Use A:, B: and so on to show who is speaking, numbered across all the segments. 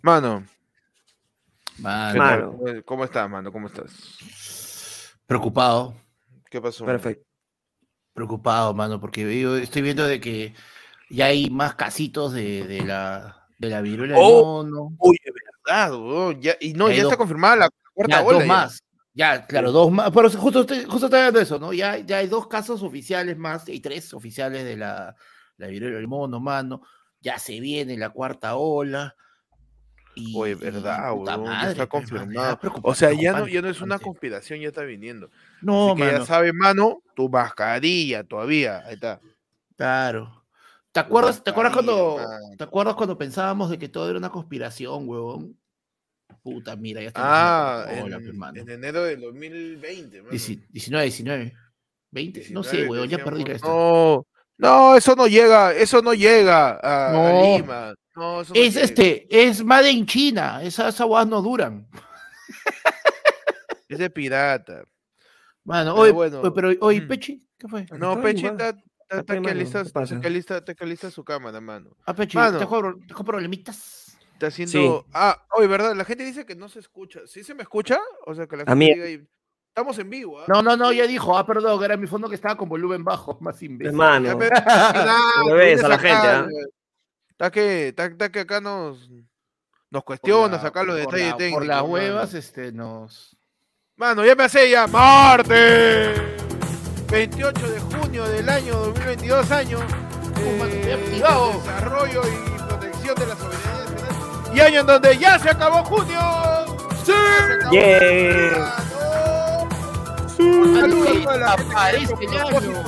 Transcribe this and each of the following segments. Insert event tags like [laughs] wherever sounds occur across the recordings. A: Mano,
B: Mano,
A: ¿qué tal?
C: Mano.
A: ¿cómo estás, mano? ¿Cómo estás?
B: preocupado,
A: ¿Qué pasó?
C: Perfecto.
B: preocupado, mano, porque yo estoy viendo de que ya hay más casitos de, de la, de la viruela del
A: Oh,
B: mono.
A: Oye, verdad, weón, Ah, ya, y no,
B: Ya hay
A: ya está
B: dos.
A: confirmada la cuarta
B: Ya,
A: ola.
B: dos
A: ya. Oh.
B: más. Ya, claro, dos más. Pero justo, estoy- justo estaba hablando de eso, ¿no? Ya, ya hay dos casos oficiales más, hay tres oficiales de la, la viruela del mono, mano. Ya se viene la cuarta ola. Y,
A: Oye,
B: y
A: verdad,
B: puta
A: weón, ya
B: madre,
A: está
B: pues, mano, ya
A: confirmado.
B: preocupa-
A: O sea, ya no,
B: preocupante,
A: ya no es una
B: preocupante.
A: conspiración, ya está viniendo.
B: No,
A: Así que
B: mano.
A: ya sabes, mano, tu mascarilla todavía. Ahí está.
B: Claro. ¿Te acuerdas, te acuerdas cuando
A: mascarilla,
B: te acuerdas cuando pensábamos de que todo era una conspiración, huevón? Puta, mira, ya estamos en la
A: Ah,
B: cuarta ola, pe,
A: en,
B: mano.
A: en enero del 2020. mano.
B: Dieci- 19, 19, 20, no
A: 19
B: sé, huevón, ya
A: decíamos,
B: perdí la esta.
A: No, no, eso no llega, eso no llega a, a
B: No.
A: Lima. No, eso no
B: Es
A: llega.
B: este, es Made in China, esas aguas no duran.
A: Es de pirata.
B: Mano,
A: Pero
B: hoy,
A: bueno.
B: pero hoy,
A: Mm.
B: Pechi, ¿qué fue?
A: No,
C: Está
A: Pechi
C: igual.
A: está, está,
C: Está
A: está
C: bien,
A: que
C: mano,
A: alista,
C: ¿qué pasa?
A: está que alista, está que alista su cámara, mano.
B: Ah, Pechi,
A: Mano.
B: te juego, te juego problemitas.
A: Está haciendo. Ah, hoy, ¿verdad? La gente dice que no se escucha. ¿Sí se me escucha? O sea, que la
C: A mí-
A: gente diga ahí, Estamos en vivo, ¿ah?
B: No, no, no, ya dijo, ah, perdón, era mi fondo que estaba con volumen bajo, [laughs] más imbécil.
A: Ya
C: Hermano. [laughs]
A: me- Ah,
C: Lo ves a la
A: vienes
C: gente,
A: acá,
C: ¿ah?
A: eh, Está que, está, está que acá nos, nos cuestionas, acá los
B: por
A: detalles
B: la-
A: técnicos.
B: Por las
A: mano.
B: huevas, este, nos...
A: Mano, ya me hace ya martes 28 de junio del año 2022 año
B: Uh, mano, estoy
A: eh,
B: activado.
A: de desarrollo y protección de la soberanía nacional y año en donde ya se acabó junio sí
C: Yeah.
A: Saludos
B: Sí,
A: a toda la gente que ha hecho
B: aparece el año.
A: propósitos,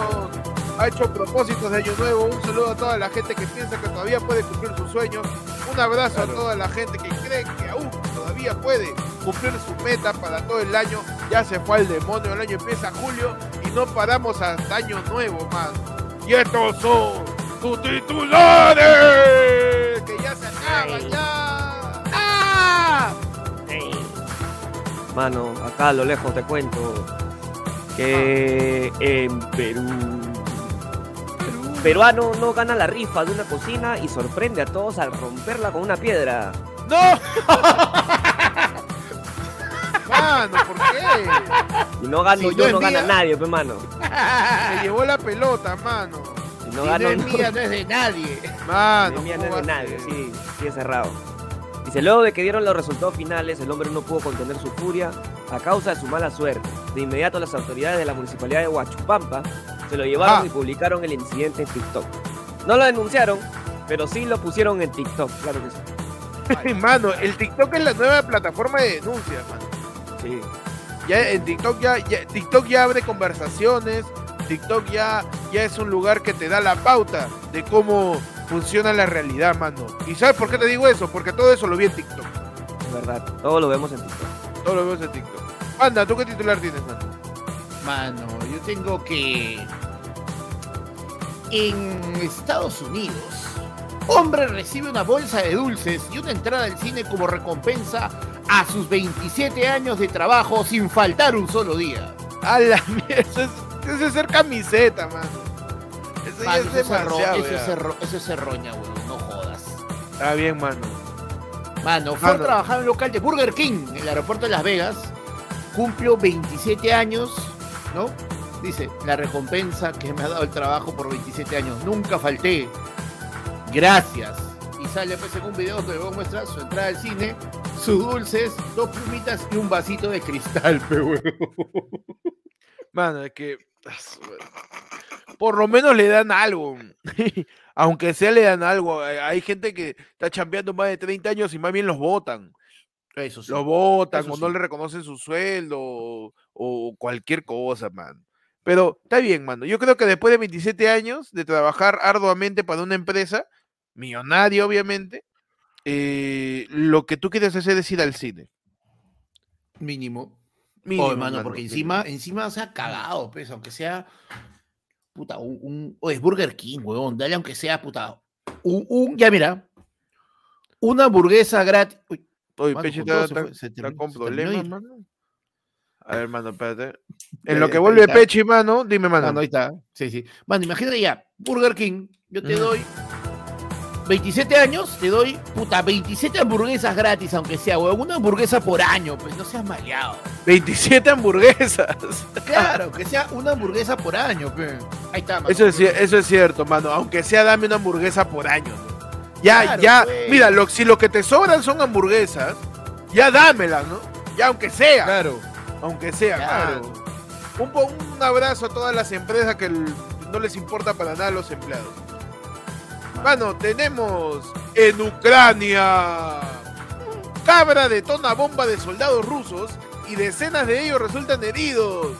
A: ha hecho propósitos de año nuevo. Un saludo a toda la gente que piensa que todavía puede cumplir sus sueños. Un abrazo a toda la gente que cree que aún todavía puede cumplir su meta para todo el año. Ya se fue al demonio, el año empieza julio y no paramos hasta año nuevo, más. Y estos son tus titulares que ya se acaban
C: Ay.
A: ya. ¡Ah!
C: Mano, acá a lo lejos te cuento que en Perú. Peruano no gana la rifa de una cocina y sorprende a todos al romperla con una piedra.
A: ¡No! Mano, ¿por qué?
C: Y no gano
B: Si no
C: yo,
B: es
C: no gana
B: mía.
C: nadie, pe mano.
A: Se llevó la pelota, mano.
C: Si no
B: Si
C: gano
B: no es
C: no-
B: mía, no es de nadie.
A: Mano,
C: Ah, No, mía, no
A: ¿cómo
C: es de
A: va a
C: nadie,
A: ser?
C: sí, sí es cerrado. Dice, luego de que dieron los resultados finales, el hombre no pudo contener su furia a causa de su mala suerte. De inmediato las autoridades de la municipalidad de Huachupampa se lo llevaron
A: Ah.
C: y publicaron el incidente en TikTok. No lo denunciaron, pero sí lo pusieron en TikTok, claro que sí.
A: [laughs] Ay, mano, el TikTok es la nueva plataforma de denuncias, mano.
C: Sí,
A: Ya en TikTok ya, ya- TikTok ya abre conversaciones, TikTok ya, ya es un lugar que te da la pauta de cómo funciona la realidad, mano. ¿Y sabes por qué te digo eso? Porque todo eso lo vi en TikTok.
C: es verdad. Todo lo vemos en TikTok.
A: Todo lo vemos en TikTok. Anda, ¿tú qué titular tienes, mano?
B: Mano, yo tengo que. En Estados Unidos, hombre recibe una bolsa de dulces y una entrada al cine como recompensa a sus 27 años de trabajo sin faltar un solo día.
A: A la mierda, eso es, eso es ser camiseta, mano. Eso ya
B: Mano,
A: es
B: eso, es erro-
A: demasiado.
B: eso, es
A: ya.
B: erro- eso es erroña, weón, no jodas.
A: Está bien, mano.
B: Mano, fue a
A: Mano.
B: trabajar en un local de Burger King en el aeropuerto de Las Vegas. Cumplió 27 años, ¿no? Dice, la recompensa que me ha dado el trabajo por 27 años. Nunca falté. Gracias. Y sale pues en un video donde luego muestra su entrada al cine, sus dulces, dos plumitas y un vasito de cristal, [laughs] pe huevo.
A: Mano, es que. ah, su madre. Por lo menos le dan algo. [laughs] Aunque sea, le dan algo. Hay hay gente que está chambeando más de 30 años y más bien los votan.
B: Eso sí.
A: Los votan
B: eso
A: o no
B: sí.
A: le reconocen su sueldo o, o cualquier cosa, man. Pero está bien, mano. Yo creo que después de 27 años de trabajar arduamente para una empresa, millonario obviamente, eh, lo que tú quieres hacer es ir al cine.
B: Mínimo.
A: Mínimo,
B: oh, hermano, porque
A: mínimo.
B: encima, encima se ha cagado, pues, aunque sea, puta, un, un o es Burger King, weón, dale aunque sea, puta, un, un- ya mira, una hamburguesa gratis. Uy,
A: Oye,
B: mano,
A: Peche
B: con todo
A: está-
B: se
A: está-
B: fue- se
A: Está
B: terminó-
A: con
B: se terminó
A: problemas,
B: y-
A: mano. A ver, mano, espérate.
B: Ya,
A: En lo
B: ya,
A: que
B: está,
A: vuelve
B: ahí está.
A: Pechi, mano,
B: Ah,
A: dime, mano.
B: Mm. Mano, ahí está, sí, sí. Mano, imagínate ya, Burger King, yo te
A: Ujú.
B: doy 27 años, te doy, puta, 27 hamburguesas gratis, aunque sea, weón. Una hamburguesa por año, pues no seas maleado.
D: 27 hamburguesas.
B: Claro, que sea una hamburguesa por año, pe. Ahí está, mano.
D: Eso es, cier- eso es cierto, mano. Aunque sea, dame una hamburguesa por año. ¿no? Ya,
B: Claro,
D: ya.
B: pues.
D: Mira, lo, si lo que te sobran son hamburguesas, ya dámelas, ¿no? Ya, aunque sea.
A: Claro.
D: Aunque sea,
B: Claro.
D: claro.
A: Un, po- un abrazo a todas las empresas que l- no les importa para nada a los empleados. Mano, tenemos en Ucrania. Cabra detona bomba de soldados rusos y decenas de ellos resultan heridos.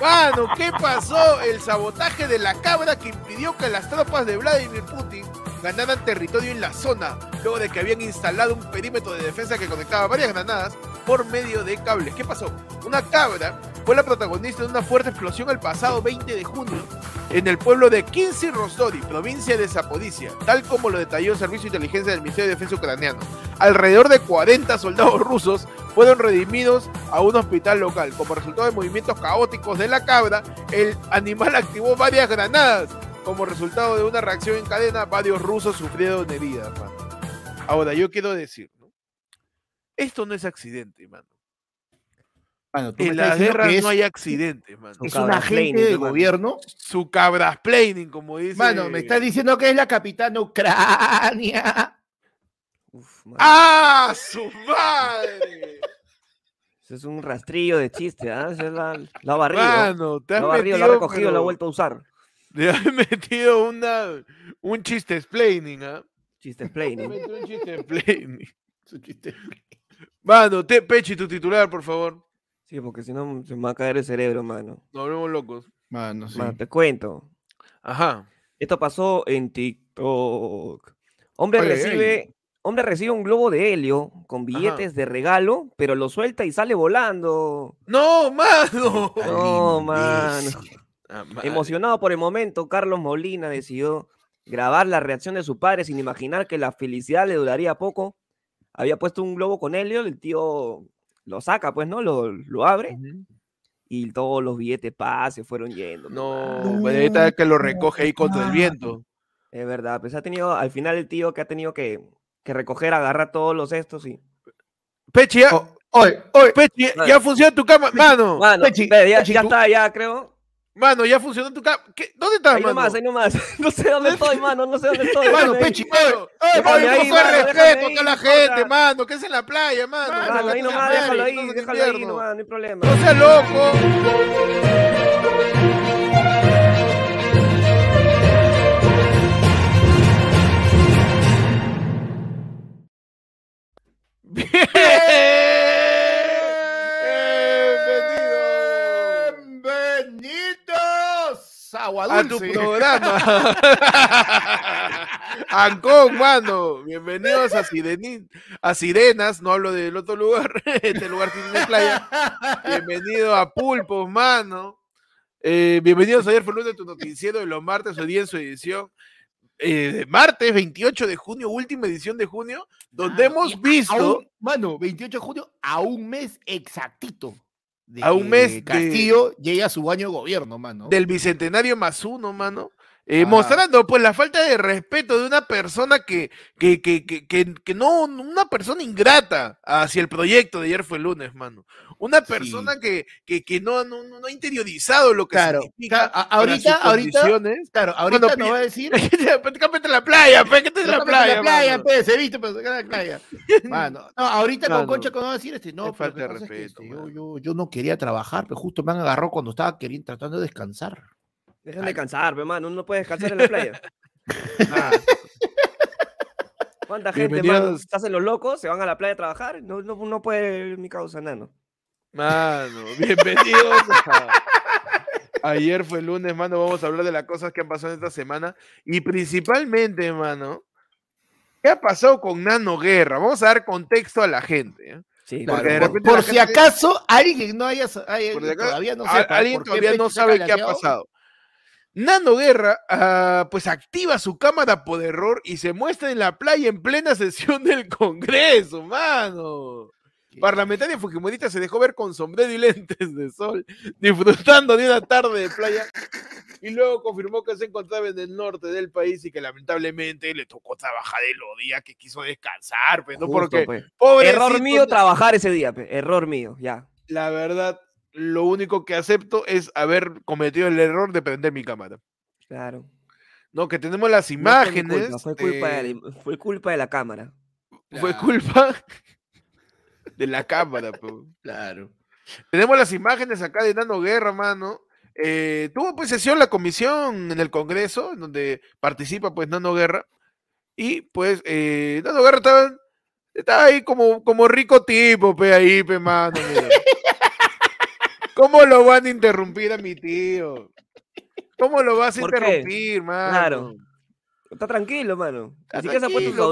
A: Mano, ¿qué pasó? El sabotaje de la cabra que impidió que las tropas de Vladimir Putin ganaran territorio en la zona, luego de que habían instalado un perímetro de defensa que conectaba varias granadas por medio de cables. ¿Qué pasó? Una cabra fue la protagonista de una fuerte explosión el pasado 20 de junio en el pueblo de Kinsey Rosdori, provincia de Zaporizhia, tal como lo detalló el Servicio de Inteligencia del Ministerio de Defensa ucraniano. Alrededor de 40 soldados rusos fueron redimidos a un hospital local. Como resultado de movimientos caóticos de la cabra, el animal activó varias granadas. Como resultado de una reacción en cadena, varios rusos sufrieron heridas, mano. Ahora, yo quiero decir, ¿no? Esto no es accidente, mano.
B: Mano, tú
A: En
B: me estás
A: las
B: diciendo
A: guerras
B: que es,
A: no hay accidentes, mano.
B: es
C: Cabra
B: un agente
C: Planing,
B: del
C: mano.
B: gobierno.
A: Su cabras planning, como dice.
B: Mano, me estás diciendo que es la capitana Ucrania.
C: Uf, mano,
A: ¡Ah, su madre!
C: Eso es un rastrillo de chiste, ¿ah? Eso es la, la barriga.
A: mano, te has
C: La barriga,
A: metido,
C: la ha recogido, la ha
A: pero
C: vuelto a usar.
A: Te has [laughs] metido una, un chiste explaining, ¿ah? Te [laughs]
C: Chiste
A: has
C: plain.
A: metido un chiste [laughs] explaining.
B: Su chiste.
A: Mano, te, Pechi, tu titular, por favor.
C: Sí, porque si no se me va a caer el cerebro, mano.
A: Nos volvemos locos.
B: Mano, sí.
C: Mano, te cuento.
A: Ajá.
C: Esto pasó en TikTok. Hombre
B: Ay, ay, ay.
C: recibe, hombre recibe un globo de helio con billetes de regalo, pero lo suelta y sale volando.
A: ¡No, mano!
B: Al
C: No,
B: imbécil.
A: Ah, madre.
C: Emocionado por el momento, Carlos Molina decidió grabar la reacción de su padre sin imaginar que la felicidad le duraría poco. Había puesto un globo con helio, el tío lo saca, pues, ¿no? Lo, lo abre y todos los billetes pa, se fueron yendo. pe, mano.
A: No, pero ahorita es que lo recoge ahí contra el viento.
C: Es verdad, pues ha tenido, al final el tío que ha tenido que, que recoger, agarrar todos los estos y...
A: Pechi,
C: Oh.
A: ya,
B: O- Oye, oye,
A: Pechi, ya- ya funciona tu cámara. Mano,
C: Mano,
B: Pechi,
C: espera, ya,
B: Pechi,
C: ya
B: tú-
C: está, ya creo.
A: mano, ya funcionó tu cámara. ¿Qué? ¿Dónde estás,
C: Ahí
A: mano?
C: nomás, ahí nomás. [laughs] No sé dónde estoy, Ah, Pues, mano, pues, no sé dónde estoy.
B: mano,
C: déjame ahí.
B: Pechi, oye,
A: Mano, ¡Eh,
C: déjame
A: mano,
C: ahí,
A: un poco
C: mano,
A: de
C: déjame
A: respeto
C: ahí,
A: a toda la
C: corta.
A: gente, mano! ¿Qué es en la playa, mano?
B: Mano,
A: Mano,
C: Mano, ahí
A: no seas
C: nomás,
A: madre,
C: déjalo ahí,
A: no seas
C: déjalo ahí
A: tierno.
C: nomás, no hay problema.
A: ¡No seas loco! ¡Bienvenido!
B: Bienvenidos
A: A tu
B: Aguadulce.
A: programa. Ancón, mano. Bienvenidos a, Sireni- a Sirenas. No hablo del otro lugar. [laughs] Este lugar tiene playa. Bienvenido a Pulpos, mano. Eh, bienvenidos ayer fue el lunes de tu noticiero de los martes, hoy día en su edición. eh, de martes 28 de junio, última edición de junio, donde
B: Mano, y
A: hemos visto.
B: Aún- mano, 28 de junio, a un mes exactito. de
A: A un
B: que
A: mes de-
B: Castillo llega a su año de gobierno, mano.
A: del bicentenario más uno, mano. eh,
B: Ajá.
A: mostrando pues la falta de respeto de una persona que, que, que, que, que- que no, una persona ingrata hacia el proyecto de ayer fue el lunes, mano. Una persona que, que, que no, no, no ha interiorizado lo que
B: Claro,
A: significa
B: ca- a-
A: para
B: ahorita-
A: sus
B: ahorita-
A: condiciones. [laughs]
B: Claro, ahorita
A: Mano,
B: nos
A: pi-
B: va a decir.
A: Prácticamente la playa, pe, que te la
B: "Sácame de
A: playa.
B: la playa,
A: mano".
B: pe, se viste, pero saca pues, la
A: [laughs]
B: playa. Mano, no, ahorita
A: Mano.
B: con Concha ¿cómo va a decir este, no,
A: Qué
B: pero lo
A: falta de
B: que pasa es que, este,
A: respeto,
B: yo,
A: mano.
B: yo, yo no quería trabajar, pero justo me han agarrado cuando estaba queriendo, tratando de descansar.
C: Dejen de cansar, pe, mano, uno no puede descansar en la [laughs] playa.
A: Ah,
C: ¿Cuánta gente, mano?
A: Bienvenidos.
C: Se hacen los locos, se van a la playa a trabajar, no, no, no puede mi causa, nano.
A: Mano, [laughs] bienvenidos a- Ayer fue el lunes, mano, vamos a hablar de las cosas que han pasado esta semana y principalmente, mano, ¿qué ha pasado con Nano Guerra? Vamos a dar contexto a la gente. ¿eh?
C: Sí,
A: Porque
B: Claro,
A: de
B: por-
A: repente
B: por
A: la
B: si
A: gente-
B: acaso alguien no haya, sa- hay-
A: Por si acaso,
B: todavía no
A: A-
B: sepa
A: alguien
B: por qué
A: todavía no
B: Pechi saca
A: sabe
B: la
A: qué ha
B: llave.
A: pasado. Nano Guerra, ah, pues activa su cámara por error y se muestra en la playa en plena sesión del Congreso, mano. Parlamentaria Fujimorista se dejó ver con sombrero y lentes de sol, disfrutando de una tarde de playa, y luego confirmó que se encontraba en el norte del país y que lamentablemente le tocó trabajar el día que quiso descansar, pero no
C: Justo,
A: porque.
C: pues.
A: Pobre
C: Error mío trabajar ese día, pe, error mío, ya.
A: La verdad, lo único que acepto es haber cometido el error de prender mi cámara.
C: Claro.
A: No, que tenemos las
C: No fue mi
A: imágenes.
C: culpa, Fue culpa,
A: eh,
C: de ah. la, fue culpa de la cámara.
A: fue
B: Claro.
A: culpa [laughs] de la cámara, pero.
B: Claro.
A: Tenemos las imágenes acá de Nano Guerra, mano. Eh, tuvo pues sesión la comisión en el Congreso, en donde participa pues Nano Guerra. Y pues eh, Nano Guerra estaba, estaba ahí como, como rico tipo, pe ahí, pe mano.
C: [laughs]
A: mira. ¿Cómo lo van a interrumpir a mi tío? ¿Cómo lo vas a
C: ¿Por qué?
A: interrumpir, mano?
C: Claro. Está tranquilo, mano.
A: Está
C: Así que se ha puesto sus
A: tranquilo,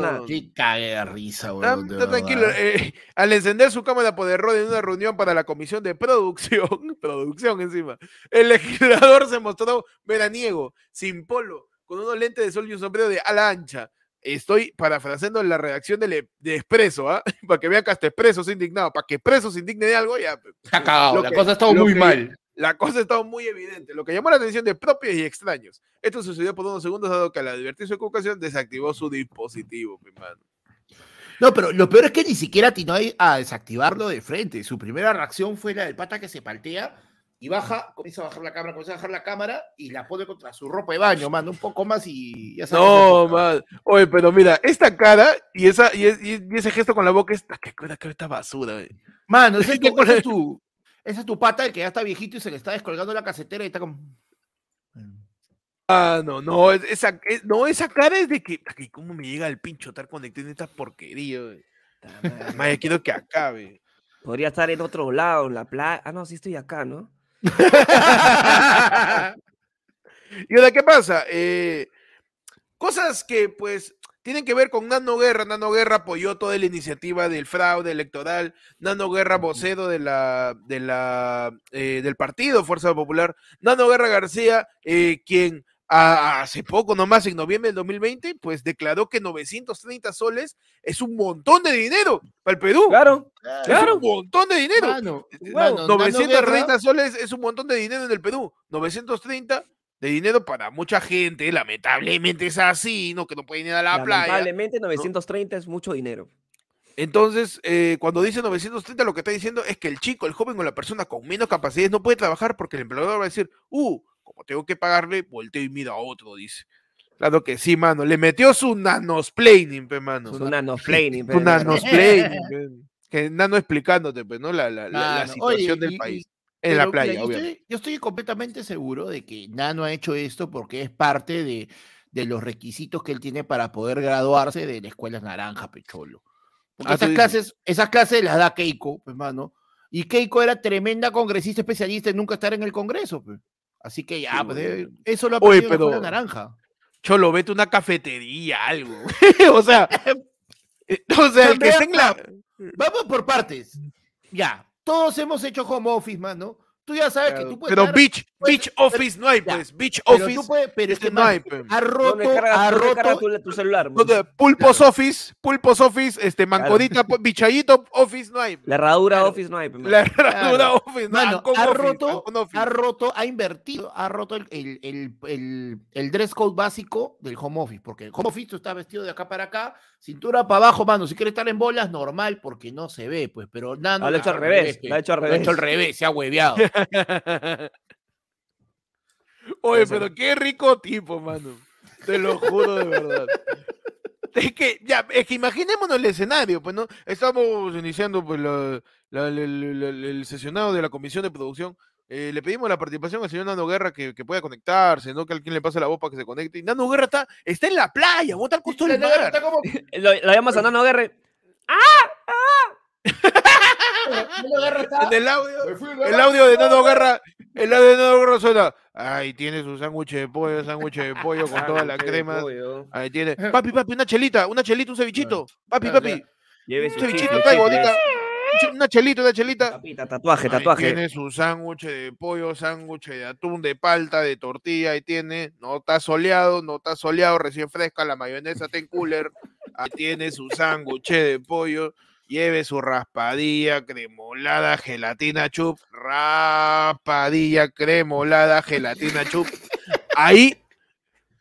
A: mano.
C: nada.
B: Qué cague de risa,
A: Está,
B: weón. de
A: Ah, está tranquilo.
B: verdad.
A: eh, [laughs] al encender su cámara por error en una reunión para la comisión de producción, [laughs] producción encima, el legislador se mostró veraniego, sin polo, con unos lentes de sol y un sombrero de ala ancha. Estoy parafraseando la redacción del e- de, Expreso, ¿ah? [laughs] para que vean que hasta Expreso se ha indignado, para que Expreso se indigne de algo, ya. pe.
B: Está cagado.
A: lo
B: La
A: que-
B: cosa ha estado
A: lo
B: muy
A: que-
B: mal.
A: La cosa estaba muy evidente, lo que llamó la atención de propios y extraños. Esto sucedió por unos segundos, dado que al advertir su equivocación desactivó su dispositivo, mi mano.
B: No, pero lo peor es que ni siquiera atinó ahí a desactivarlo de frente. Su primera reacción fue la del pata que se paltea y baja, comienza a bajar la cámara, comienza a bajar la cámara y la pone contra su ropa de baño, mano. Un poco más y ya sabes.
A: No, man. Oye, pero mira, esta cara y, esa, y, es- y- y ese gesto con la boca es. ¿Qué cara que esta basura, eh. [laughs]
B: Mano, ese es,
A: ¿Qué
B: tu, ese
A: cosa?
B: es tu- ese es tu pata, el que ya está viejito y se le está descolgando la casetera y está como.
A: Ah, no, no, es- esa, es- no, esa cara es de que. ay, ¿Cómo me llega el pincho estar conectando esta porquería, eh? Más ya quiero que acabe.
C: Podría estar en otro lado, en la playa. Ah, no, sí estoy acá, ¿no?
A: ¿Y ahora qué pasa? Eh, cosas que, pues, tienen que ver con Nano Guerra. Nano Guerra apoyó toda la iniciativa del fraude electoral. Nano Guerra, vocero de la, de la, eh, del partido Fuerza Popular. Nano Guerra García, eh, quien a- hace poco nomás, en noviembre del 2020, pues declaró que 930 soles es un montón de dinero para el Perú.
C: Claro.
A: Es
C: claro.
A: un montón de dinero.
B: Mano,
A: Eh, no,
B: mano, Nano
A: 930
B: Guerra-
A: soles es un montón de dinero en el Perú. 930 de dinero para mucha gente, lamentablemente es así, ¿no? Que no pueden ir a la playa.
C: Lamentablemente 930 es mucho dinero.
A: Entonces, eh, cuando dice 930, lo que está diciendo es que el chico, el joven o la persona con menos capacidades no puede trabajar porque el empleador va a decir, uh, como tengo que pagarle, volteo y miro a otro, dice. Claro que sí, mano. Le metió su nanosplaining, pe, mano.
C: Es una
A: [laughs]
C: no planning. [laughs]
A: Su nanosplaining, pe. Que nano explicándote, pues, ¿no? La, la- la- la
B: Mano, oye,
A: situación del
B: y-
A: país.
B: y-
A: en la
B: pero mira,
A: playa,
B: yo
A: obviamente.
B: estoy- yo estoy completamente seguro de que Nano ha hecho esto porque es parte de, de los requisitos que él tiene para poder graduarse de la Escuela Naranja, Pecholo. Porque
A: Ah, tú
B: esas,
A: dices.
B: clases, esas clases las da Keiko, hermano. Y Keiko era tremenda congresista especialista en nunca estar en el Congreso. pe. Así que ya,
A: Sí,
B: pues,
A: bueno.
B: eh, eso lo ha
A: Oye,
B: aprendido en la
A: pero-
B: Escuela Naranja.
A: Cholo, vete a una cafetería, algo. [laughs] o sea, eh, o sea, el que esté en la.
B: Vamos por partes. Ya, todos hemos hecho home office, mano. Tú ya sabes que tú puedes
A: pero
B: dar-
A: beach,
B: puedes-
A: beach office no hay,
B: pues, ya,
A: pues. Beach
B: pero
A: office.
B: tú puedes- pero es
A: este
B: que, pues,
A: no
B: mano,
A: hay, pe.
B: ha roto,
C: ¿Dónde cargas,
B: ha
C: dónde cargas
B: roto.
C: tu, tu celular?
A: No,
C: mano?
A: de Pulpos office, pulpos office, este, mancodita, po- bichayito office no hay. pe.
C: La herradura
A: Claro.
C: Office no hay. pe, mano.
A: La herradura office, no,
B: Mano,
A: Ancon
B: ha
A: office,
B: roto,
A: Ancon office.
B: ha roto, ha invertido, ha roto el, el, el, el- el dress code básico del home office, porque el home office tú estás vestido de acá para acá, cintura para abajo, mano. Si quieres estar en bolas, normal, porque no se ve, pues, pero nada.
C: Ah, lo ha hecho al revés. Lo ha hecho al
B: Lo ha
C: revés.
B: hecho al revés, se ha
C: [laughs]
B: hueveado.
A: Oye,
C: Puede ser.
A: pero qué rico tipo, mano. Te lo juro de verdad. Es que, ya, es que imaginémonos el escenario, pues, ¿no? Estamos iniciando pues, la- la- la- la- la- el sesionado de la comisión de producción. Eh, le pedimos la participación al señor Nano Guerra que, que pueda conectarse, ¿no? Que alguien le pase la voz para que se conecte. Y Nano Guerra está, está en la playa, vos está al costo del
B: La negra
A: mar.
B: está como-
C: Lo, lo [laughs] llamas a Nano Guerre.
B: ah, la negra está-
A: En el audio.
B: [laughs] Me fui,
A: El audio de Nano Guerra, el audio de Nano Guerra suena. Ahí tiene su sándwich de pollo, sándwich de pollo con toda la crema. Ahí tiene. Papi, papi, una chelita, una chelita, un cevichito. Papi,
B: Eh. Claro,
A: papi,
B: ya.
C: Lleve
A: un
C: su
A: cevichito,
C: chicle,
A: traigo
C: chicle,
A: ahorita. Un che- Una chelita, una chelita.
C: papita, tatuaje,
A: Ahí
C: tatuaje.
A: tiene su sándwich de pollo, sándwich de atún, de palta, de tortilla, ahí tiene. No está soleado, no está soleado, recién fresca, la mayonesa está en cooler. Ahí tiene su sándwich de pollo, Lleve su raspadilla, cremolada, gelatina chup, raspadilla, cremolada, gelatina chup. Ahí,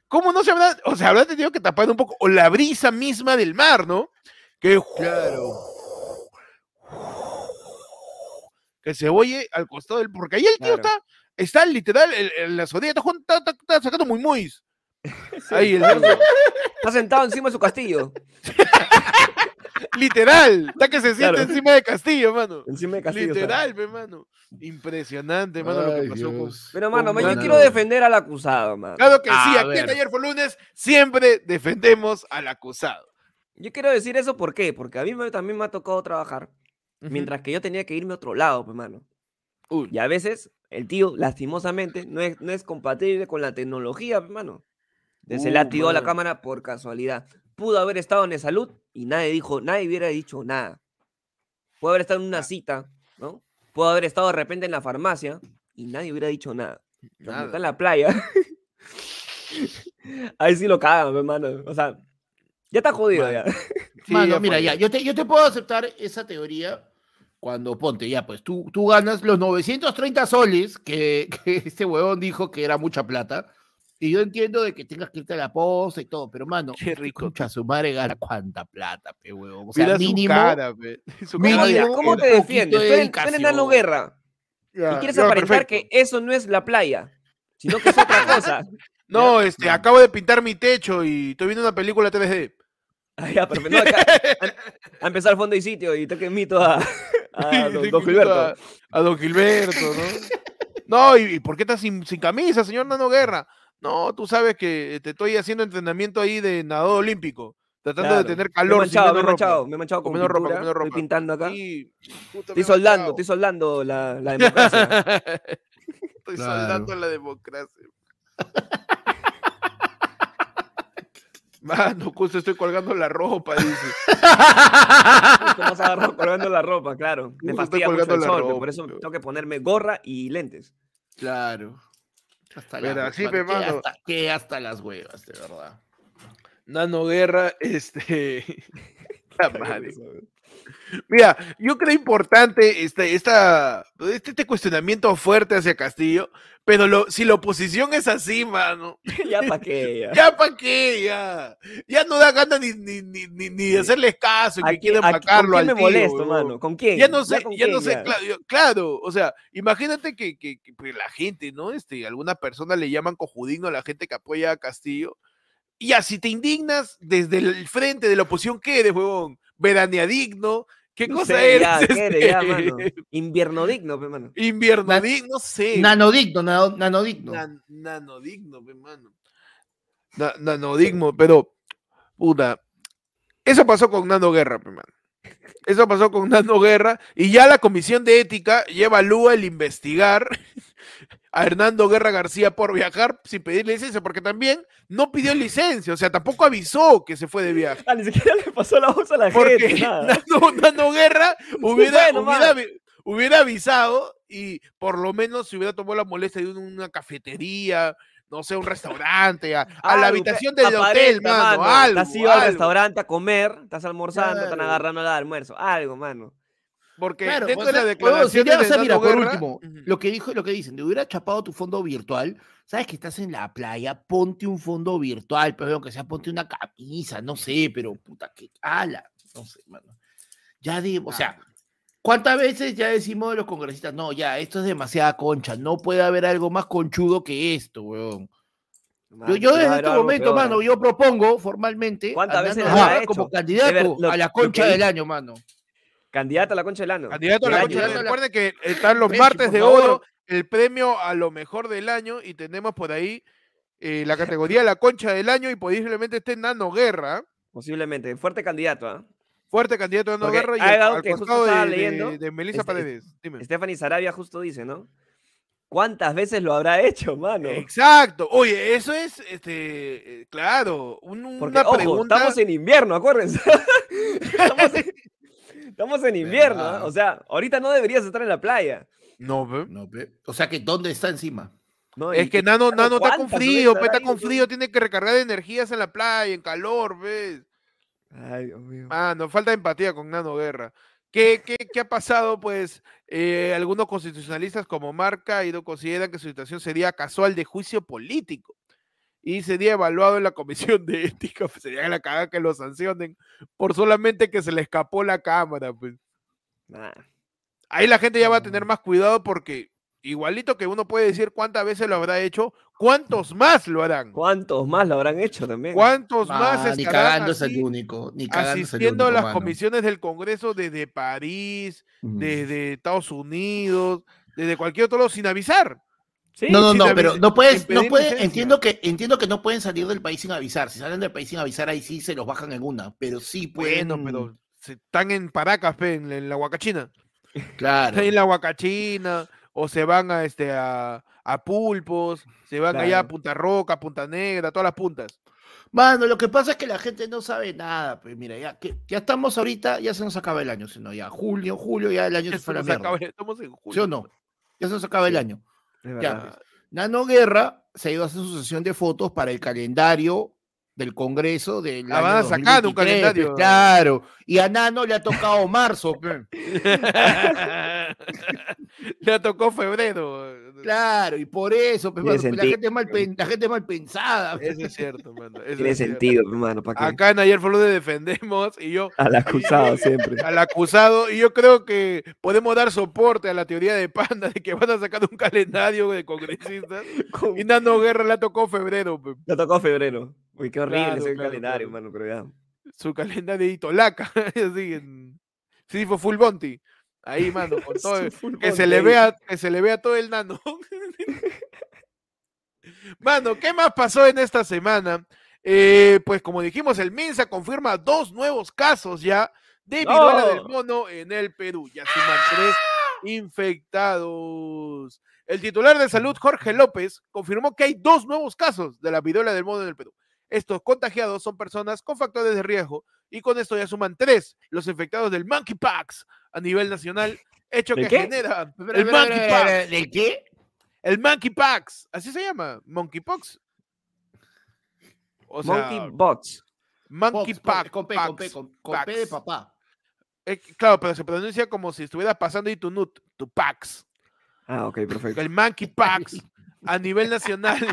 A: ¿cómo no se habrá, o sea, habrá tenido que tapar un poco, o la brisa misma del mar, ¿no? Que
B: Claro.
A: que se oye al costado del. Porque ahí el tío
C: Claro.
A: está, está literal, en, en la sodilla, está, jugando- está, está- está sacando muy muy. Ahí,
C: [laughs]
A: el cerdo.
C: Está sentado encima de su castillo.
A: literal, está que se siente
C: Claro.
A: encima de Castillo,
B: [laughs]
A: mano.
C: Encima de castillo. está.
A: literal, pe, mano. Impresionante, mano, lo que
B: Ay,
A: pasó con.
B: Dios.
C: Pero, mano,
A: Con
C: man, yo
A: ganas.
C: quiero defender al acusado, mano.
A: Claro que sí,
B: A
A: aquí en
B: ver.
A: ayer fue lunes, siempre defendemos al acusado.
C: Yo quiero decir eso, ¿por qué? Porque a mí me- también me ha tocado trabajar. Mientras que yo tenía que irme a otro lado, pues, mano.
A: Uy.
C: Y a veces, el tío, lastimosamente, no es, no es compatible con la tecnología, pues, mano. Entonces, él
A: Uh,
C: activó la
A: mano.
C: cámara por casualidad. Pudo haber estado en salud y nadie dijo, nadie hubiera dicho nada. Pudo haber estado en una cita, ¿no? Pudo haber estado de repente en la farmacia y nadie hubiera dicho nada. Pero como Está en la playa. [laughs] Ahí sí lo cagan, hermano. O sea, ya está jodido ya.
A: Sí,
B: Mano,
A: ya
B: mira,
A: fue.
B: ya, yo te, yo te puedo aceptar esa teoría cuando ponte, ya, pues tú, tú ganas los 930 soles que, [laughs] que este huevón dijo que era mucha plata. Y yo entiendo de que tengas que irte a la posa y todo, pero mano,
A: Qué rico.
B: escucha, su madre gana cuánta plata, pe huevón. O sea,
A: Mira su
B: mínimo.
A: cara, pe. [laughs] Su cara
C: [laughs]
B: mínimo
A: de
C: Mira,
B: un
C: ¿Cómo te
B: poquito
C: defiendes?
B: de
C: Tú eres, tú eres Nano
B: dedicación.
C: Guerra
A: Ya,
C: y quieres
A: Ah, ya,
C: aparentar
A: perfecto.
C: que eso no es la playa, sino que
A: [laughs]
C: es otra cosa.
A: No, este, acabo de pintar mi techo y estoy viendo una película 3D.
C: Ah, ya, pero no, acá- a, a empezar al fondo y sitio y te
A: [laughs]
C: mito a, a Ah, don,
A: Sí,
C: don
A: incluso
C: Gilberto.
A: A, a don Gilberto, ¿no? No, ¿y, y por qué estás sin, sin camisa, señor Nano Guerra? No, tú sabes que te estoy haciendo entrenamiento ahí de nadador olímpico, tratando
C: Claro.
A: de tener
C: Me he
A: calor.
C: manchado, me he
A: sin menos ropa.
C: manchado, me he manchado con
A: menos ropa, con
C: pintura,
A: menos ropa.
C: Estoy pintando acá.
A: Sí, puta, me
C: Estoy
A: he
C: soldando,
A: manchado.
C: estoy soldando la,
A: [laughs]
C: la democracia.
A: Estoy
B: Claro.
A: soldando la
C: [laughs]
A: democracia. Mano, justo estoy colgando la ropa, dice.
C: Justo más agarrado colgando la ropa, claro. Me
A: Justo estoy
C: fastidia mucho
A: colgando
C: el
A: la
C: sol, pues,
A: ropa,
C: por eso
A: pero-
C: tengo que ponerme gorra y lentes.
B: Claro. Hasta
A: Pero
B: las,
A: así,
B: mano,
A: pe,
B: que
A: mano.
B: hasta, que hasta las huevas, de verdad.
A: Nano Guerra, este. [laughs]
C: [laughs]
A: la madre. Mira, yo creo importante este, esta, este, este cuestionamiento fuerte hacia Castillo, pero lo- si la oposición es así, mano,
C: ya para qué,
A: [laughs]
C: ya.
A: ya para qué, ya. Ya no da ganas ni, ni, ni, ni- ni de hacerles caso, y
C: ¿A
A: que
C: quién-
A: quieren
C: a-
A: vacarlo
C: ¿Con
A: al
C: quién me
A: tío,
C: molesto,
A: huevón.
C: mano? ¿Con quién?
A: Ya no sé,
C: con
A: ya no
C: quién,
A: sé,
C: ya.
A: cla- yo- claro, o sea, imagínate que, que- que, pues, la gente, ¿no? Este, alguna persona le llaman cojudino a la gente que apoya a Castillo. Y ya, si te indignas desde el frente de la oposición, ¿qué eres, huevón? Veraneadigno, ¿qué
C: No
A: cosa
C: sé,
A: eres?
C: ya, ¿qué eres, ya,
A: [laughs] este?
C: mano? Invierno digno, pe, mano.
A: Invierno
B: Na-
A: digno, no sé.
B: Nanodigno, nano- nanodigno.
A: Nan- nanodigno, pe, mano. Na- nanodigno, pero, puta. Eso pasó con Nano Guerra, pe, mano. Eso pasó con Nano Guerra. Y ya la Comisión de Ética ya evalúa el investigar a Hernando Guerra García por viajar sin pedir licencia, porque también no pidió licencia, o sea, tampoco avisó que se fue de viaje.
C: Ah, ni siquiera le pasó la voz a [laughs] la
A: Porque [laughs]
C: gente, nada.
A: Nano, Nano
C: [laughs]
A: Guerra hubiera,
C: fue nomás.
A: hubiera avi- hubiera avisado y por lo menos se hubiera tomado la molestia de ir a una cafetería, no sé, un restaurante, a, a la
C: Algo, pe,
A: habitación del hotel,
C: aparenta,
A: mano,
C: Te
A: algo.
C: has ido al
A: algo.
C: restaurante a comer, estás almorzando, están
B: Claro.
C: agarrando el almuerzo, algo, mano.
A: Porque
B: Claro,
A: dentro
B: o
A: de
B: sea,
A: la
B: huevón, si
A: declaración
B: te vas a
A: de
B: mira,
A: Nano
B: por
A: Guerra,
B: último,
A: Ujú.
B: lo que dijo, lo que dicen, te hubiera chapado tu fondo virtual, sabes que estás en la playa, ponte un fondo virtual, pero aunque sea ponte una camisa, no sé, pero puta que ala, no sé, mano. Ya digo, o sea, ¿cuántas veces ya decimos de los congresistas, no, ya, esto es demasiada concha, no puede haber algo más conchudo que esto, weón? Yo,
C: Mano,
B: yo
C: va a
B: desde
C: haber
B: este
C: algo
B: momento,
C: peor,
B: mano,
C: ¿eh?
B: yo propongo formalmente
C: ¿Cuántas
B: a
C: veces
B: Nano
C: lo ha
B: Guerra
C: hecho?
B: como
C: De ver-
B: candidato
C: lo-
B: a la
C: lo que
B: concha del
C: hizo.
B: año, mano.
C: Candidato a la concha del ano.
A: Candidato a la
C: Del
A: concha,
C: año.
B: del ano.
A: recuerden que están los
B: Pechi,
A: martes
B: por
A: de
B: favor.
A: oro, el premio a lo mejor del año, y tenemos por ahí eh,
C: [laughs]
A: la categoría de la concha del año, y posiblemente esté Nano Guerra,
C: Posiblemente, fuerte candidato, ¿ah?
A: fuerte candidato a Nano
C: Porque
A: Guerra, y
C: hay
A: al,
C: algo
A: al
C: que justo
A: costado
C: estaba
A: de, de-
C: leyendo,
A: de Melissa
C: este-
A: Paredes. Dime.
C: Stephanie Sarabia justo dice, ¿no? ¿Cuántas veces lo habrá hecho, mano?
A: Exacto, oye, eso es, este, eh, claro, un-
C: Porque,
A: una
C: ojo,
A: pregunta.
C: estamos en invierno, acuérdense. [laughs] estamos, en, estamos en invierno, ¿ah?
B: Verdad.
C: o sea, ahorita no deberías estar en la playa.
A: No, pe.
B: No, pe- o sea que ¿dónde está encima?
C: ¿no?
A: es
C: Y-
A: que Nano,
C: Nano,
A: Nano está con
C: ¿cuántas
A: frío,
C: veces
A: pe,
C: habrá
A: está con
C: ido?
A: frío, tiene que recargar energías en la playa, en calor, ¿ves?
C: Ay, Dios mío.
A: Ah, nos falta empatía con Nano Guerra. ¿Qué, qué, qué ha pasado? Pues eh, algunos constitucionalistas como Marca Ido consideran que su situación sería casual de juicio político y sería evaluado en la comisión de ética. Pues, sería la cagada que lo sancionen por solamente que se le escapó la cámara. Pues.
C: Nah.
A: Ahí la gente ya va a tener más cuidado porque igualito que uno puede decir cuántas veces lo habrá hecho, ¿cuántos más lo harán?
C: ¿Cuántos más lo habrán hecho también?
A: ¿Cuántos más
B: Ah, ni
A: estarán
B: cagando es
A: así?
B: el único. Ni cagando es el
A: asistiendo a
B: único,
A: las
B: mano.
A: comisiones del Congreso desde París,
B: Mm.
A: desde Estados Unidos, desde cualquier otro lado, sin avisar.
C: Sí,
B: No, no,
A: sin
B: no,
A: avis-
B: pero no
A: sin
B: puedes,
A: pedir
B: no puedes,
A: licencia.
B: entiendo que, entiendo que no pueden salir del país sin avisar. Si salen del país sin avisar, ahí sí se los bajan en una, pero sí pueden.
A: Bueno, pero se- están en Paracas, pe, en, la- en la Huacachina. [laughs]
B: Claro.
A: Están en la Huacachina, o se van a, este, a, a Pulpos, se van allá a
C: Claro.
A: Punta Roca, Punta Negra, todas las puntas.
B: Mano, lo que pasa es que la gente no sabe nada. Pues mira, ya, que, ya estamos ahorita, ya se nos acaba el año, sino ya julio, julio, ya el año se fue a la
A: Estamos acá,
B: mierda.
A: estamos en
B: ¿Sí o
A: julio. [laughs] pues.
B: no? Ya se nos acaba el
C: Sí.
B: año.
C: es verdad.
B: Ya. pues, Nano Guerra se ha ido a hacer su sesión de fotos para el calendario del Congreso del
A: La Ah, van
B: año
A: a sacar un
B: 2023, pues,
A: calendario.
B: Claro. Y a Nano le ha
A: [laughs]
B: tocado marzo. pues.
A: Le tocó febrero.
B: Claro, y por eso, pues,
C: Tiene
B: mano, pues, la,
C: sentido.
B: gente es mal pen- la gente es mal pensada. [laughs] pues.
A: Eso es cierto, mano. eso
C: Tiene
A: es cierto.
C: sentido, hermano, para que
A: Acá en Ayer Flores defendemos y yo [laughs]
C: al acusado siempre.
A: al acusado y yo creo que podemos dar soporte a la teoría de Panda de que van a sacar un calendario de congresistas
C: Con-
A: y Nando Guerra le tocó febrero pe,
C: Le tocó febrero. Uy, qué horrible
A: Claro,
C: ese
A: claro,
C: calendario,
A: claro.
C: hermano, pero ya.
A: su calendario de Itolaca [laughs] así en- sí fue full Bonti ahí mano
C: [laughs]
A: con todo el-
C: Su full
A: que se
C: bond
A: le
C: ahí.
A: vea que se le vea todo el nano [laughs] mano qué más pasó en esta semana Eh, pues como dijimos el Minsa confirma dos nuevos casos ya de viruela del
C: No.
A: mono en el Perú ya suman tres infectados el titular de salud Jorge López confirmó que hay dos nuevos casos de la viruela del mono en el Perú estos contagiados son personas con factores de riesgo y con esto ya suman tres los infectados del monkeypox a nivel nacional, hecho
C: ¿Del
A: que
C: qué?
A: genera
B: Pero,
A: el
B: pero, pero, pero,
A: monkeypox.
B: ¿De qué?
A: El monkeypox, así se llama, monkeypox. O sea,
C: Monkey Bots.
B: Pops,
A: monkeypox.
B: Pops, Con P, con P,
A: pax,
B: con, con P de
A: pax.
B: papá.
A: Eh, claro, pero se pronuncia como si estuviera pasando y tu nut, tu pax.
C: Ah, ok, perfecto.
A: El monkeypox a nivel
B: [laughs]
A: nacional.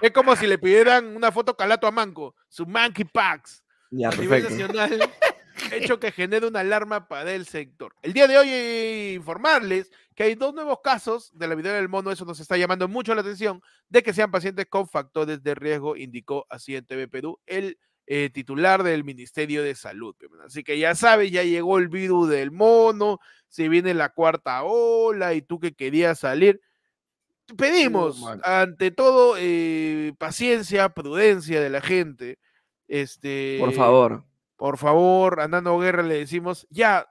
A: es como si le pidieran una foto calato a Manco, su monkeypox.
C: Ya,
A: a nivel
C: perfecto. [laughs]
A: nacional, hecho que genera una alarma para el sector. El día de hoy eh, informarles que hay dos nuevos casos de la viruela del mono, eso nos está llamando mucho la atención, de que sean pacientes con factores de riesgo, indicó así en TV Perú el eh, titular del Ministerio de Salud. pe, mano. Así que ya sabes, ya llegó el virus del mono, se viene la cuarta ola y tú que querías salir. Pedimos,
B: mano.
A: ante todo, eh, paciencia, prudencia de la gente. Este,
C: Por favor. [laughs]
A: por favor, a Nano Guerra le decimos, ya,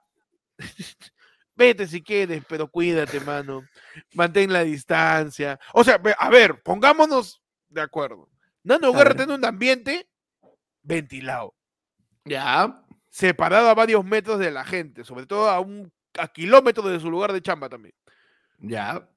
A: vete si quieres, pero cuídate, mano. Mantén la distancia. O sea, ve- a ver, pongámonos de acuerdo. Nano
C: A
A: Guerra
C: ver.
A: tiene un ambiente ventilado,
B: Ya.
A: separado a varios metros de la gente, sobre todo a un a kilómetros de su lugar de chamba también. [laughs]
B: Ya.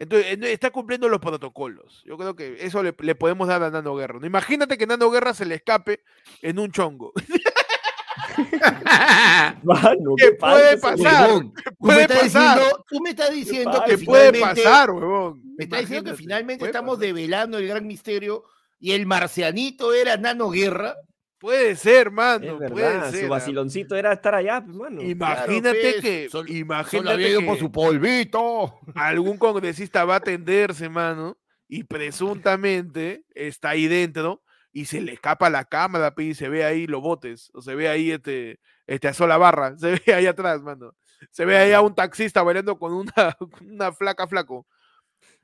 A: Entonces, eh, está cumpliendo los protocolos. Yo creo que eso le, le podemos dar a Nano Guerra. Imagínate que Nano Guerra se le escape en un chongo. [laughs]
C: Mano,
A: ¿Qué
C: pasa
A: puede
C: ese
A: pasar?
C: huevón?
B: Huevón, tú me
A: Puede
B: estás
A: pasar.
B: diciendo- Tú me estás diciendo
C: pasa?
B: que
A: ¿Qué puede
B: finalmente-
A: pasar, huevón?
B: Me está diciendo que
A: Imagínate,
B: finalmente
A: puede
B: estamos
A: pasar.
B: develando el gran misterio y el marcianito era Nano Guerra.
A: Puede ser, mano,
C: Es
A: puede
C: verdad,
A: ser.
C: su
A: ah.
C: vaciloncito era estar allá, pues, mano.
A: Imagínate
B: Claro, pues,
A: que,
B: sol- Solo
A: imagínate
B: había ido
A: que
B: por su polvito.
A: algún congresista va a atenderse, mano, y presuntamente está ahí dentro y se le escapa la cámara, pe, y se ve ahí los botes, o se ve ahí este, este a sola barra, [laughs] se ve ahí atrás, mano. Se ve ahí a un taxista bailando con una, [laughs] con una flaca flaco.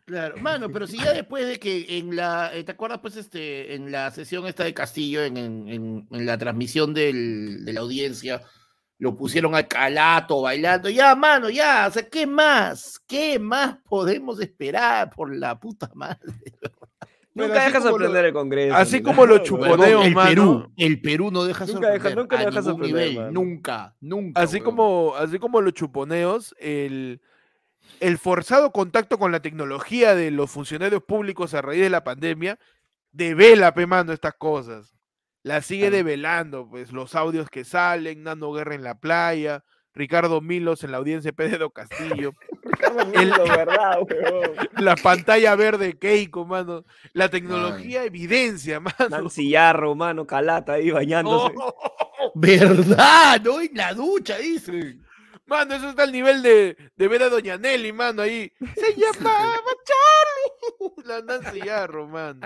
B: Claro, mano, pero si ya después de que en la, eh, ¿te acuerdas pues este, en la sesión esta de Castillo, en, en- en- en la transmisión del- de la audiencia, lo pusieron al calato bailando, ya, mano, ya, o sea, ¿qué más? ¿Qué más podemos esperar por la puta madre?
A: Pero
C: Nunca
A: así
C: deja
A: como lo-
C: sorprender el Congreso.
A: así
C: ni
A: como
C: nada,
A: lo
C: huevón.
A: Huevón, chuponeos.
B: el
A: mano.
B: Perú, el Perú no deja
C: Nunca deja-
B: sorprender
C: nunca
B: a
C: deja
B: ningún
C: sorprender,
B: nivel,
C: mano.
B: nunca, nunca.
A: Así
B: huevón.
A: como, así como los chuponeos, el, el forzado contacto con la tecnología de los funcionarios públicos a raíz de la pandemia devela, pe mano, estas cosas. La sigue develando, pues, los audios que salen, Nando Guerra en la playa, Ricardo Milos en la audiencia [laughs] de Pedro Castillo,
C: El... ¿verdad,
A: [laughs]
C: huevón?
A: la pantalla verde Keiko, mano. La tecnología evidencia, [laughs] mano. Oh.
C: Nancy Yarro, mano, calata ahí bañándose.
B: ¿Verdad? ¿No? En la ducha, dice.
A: Mano, eso está al nivel de, de ver a Doña Nelly, mano, ahí. Se llamaba Charlie. [laughs] La Nancy Yarro, mano.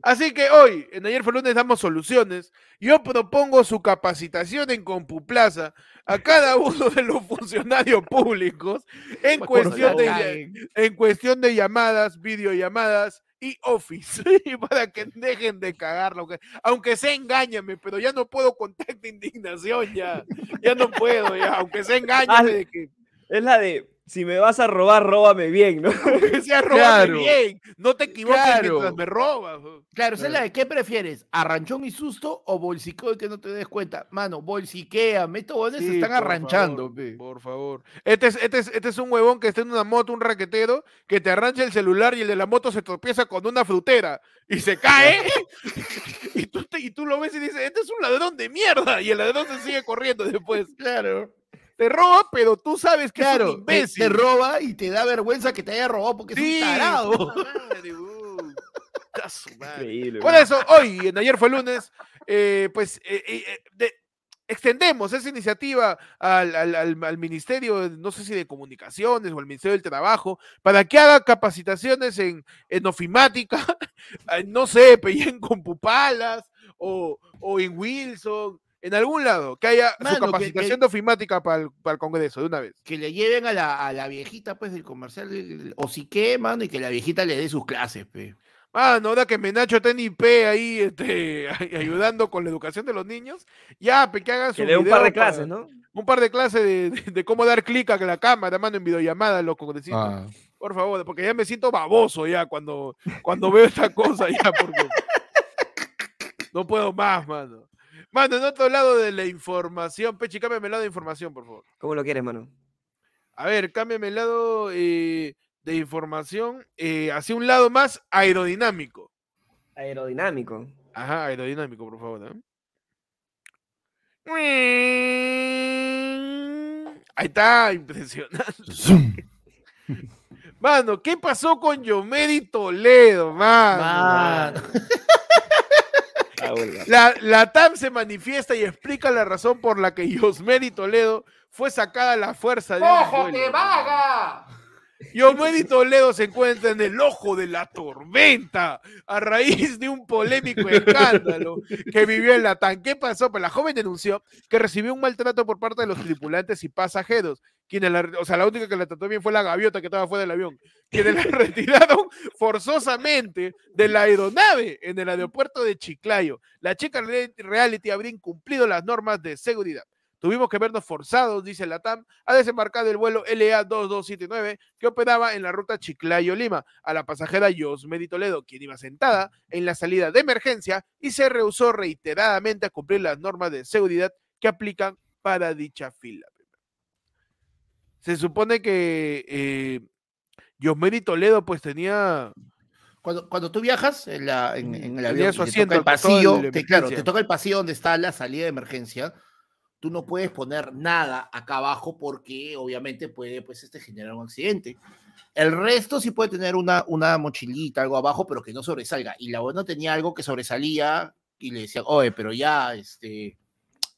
A: Así que hoy, en Ayer fue lunes, damos soluciones. Yo propongo su capacitación en Compuplaza a cada uno de los funcionarios públicos en
B: Por
A: cuestión
B: favor.
A: de, en cuestión de llamadas, videollamadas y office, [laughs] para que dejen de cagarlo, aunque, aunque sea engáñame, pero ya no puedo contacto indignación, ya, ya no puedo, ya, aunque sea engáñame, de que,
C: Es la de, si me vas a robar, róbame bien, ¿no?
A: que sea róbame
B: Claro.
A: bien, no te equivoques
B: Claro.
A: mientras me robas. ¿no?
B: Claro, ¿sabes la de qué prefieres? ¿Arranchón y susto o bolsiqueo y que no te des cuenta? Mano, bolsiqueame, estos huevones se
A: Sí,
B: están
A: por
B: arranchando,
A: favor,
B: pe.
A: Por favor. Este es, este, es, este es un huevón que está en una moto, un raquetero, que te arrancha el celular y el de la moto se tropieza con una frutera y se [laughs] cae. y, tú te- y tú lo ves y dices, este es un ladrón de mierda. Y el ladrón se sigue corriendo después.
B: Claro.
A: Te roba, pero tú sabes que es
B: Claro,
A: un
B: te,
A: imbécil.
B: te roba y te da vergüenza que te haya robado porque
A: Sí,
B: es un tarado.
A: puta madre, [laughs] uh, puta su madre.
C: Increíble.
A: Por
C: weón.
A: eso, hoy, en ayer fue lunes, eh, pues eh, eh, eh, de- extendemos esa iniciativa al, al- al- al Ministerio, no sé si de Comunicaciones o al Ministerio del Trabajo, para que haga capacitaciones en, en ofimática, [laughs] en, no sé, [laughs] pe, y en Compupalas o, o en Wilson. En algún lado, que haya su
B: Mano, que-
A: capacitación
B: que-
A: de ofimática para el, para el Congreso, de una vez.
B: Que le lleven a la, a la viejita, pues, del comercial, el- el- o si qué, mano, y que la viejita le dé sus clases, pe.
A: Mano, Ah, ahora que Menacho está en IP ahí este, [laughs] ay- ayudando con la educación de los niños, ya, pe, que hagan su
C: Que le dé un par de
A: video para-
C: clases, ¿no?
A: un par de clases de, de- de cómo dar clic a la cámara, mano, en videollamada, los congresistas.
B: Ah.
A: Por favor, porque ya me siento baboso ya cuando, cuando veo
C: [laughs]
A: esta cosa ya, porque no puedo más, mano. Mano, en otro lado de la información, Pechi, cámbiame el lado de información, por favor.
C: ¿Cómo lo quieres, mano?
A: A ver, cámbiame el lado eh, de información eh, hacia un lado más aerodinámico.
C: Aerodinámico.
A: Ajá, aerodinámico, por favor. ¿ah? Ahí está, impresionante. Mano, ¿qué pasó con Yomedi Toledo, mano?
B: Mano.
A: [laughs]
C: Ah, huelga.
A: La, la TAM se manifiesta y explica la razón por la que Yosmedi Toledo fue sacada a la fuerza de un vuelo. Yosmedi Toledo se encuentra en el ojo de la tormenta a raíz de un polémico escándalo que vivió en la TAM. ¿Qué pasó? Pues la joven denunció que recibió un maltrato por parte de los tripulantes y pasajeros. Quienes la- o sea, la única que la trató bien fue la gaviota que estaba fuera del avión. Quienes la [laughs] retiraron forzosamente de la aeronave en el aeropuerto de Chiclayo. La chica re- reality habría incumplido las normas de seguridad. Tuvimos que vernos forzados, dice la TAM, a desembarcar del vuelo LA2279 que operaba en la ruta Chiclayo-Lima a la pasajera Yosmedi Toledo, quien iba sentada en la salida de emergencia y se rehusó reiteradamente a cumplir las normas de seguridad que aplican para dicha fila. Se supone que eh, Yosmedi Toledo pues tenía...
B: Cuando, cuando tú viajas en, la, en, en el
A: Tenía
B: avión,
A: su
B: y te toca
A: asiento
B: el
A: al costado de
B: pasillo,
A: la
B: te, claro,
A: emergencia.
B: te toca el pasillo donde está la salida de emergencia, tú no puedes poner nada acá abajo porque obviamente puede pues, este, generar un accidente. El resto sí puede tener una, una mochilita, algo abajo, pero que no sobresalga. Y la no tenía algo que sobresalía y le decían, oye, pero ya, este,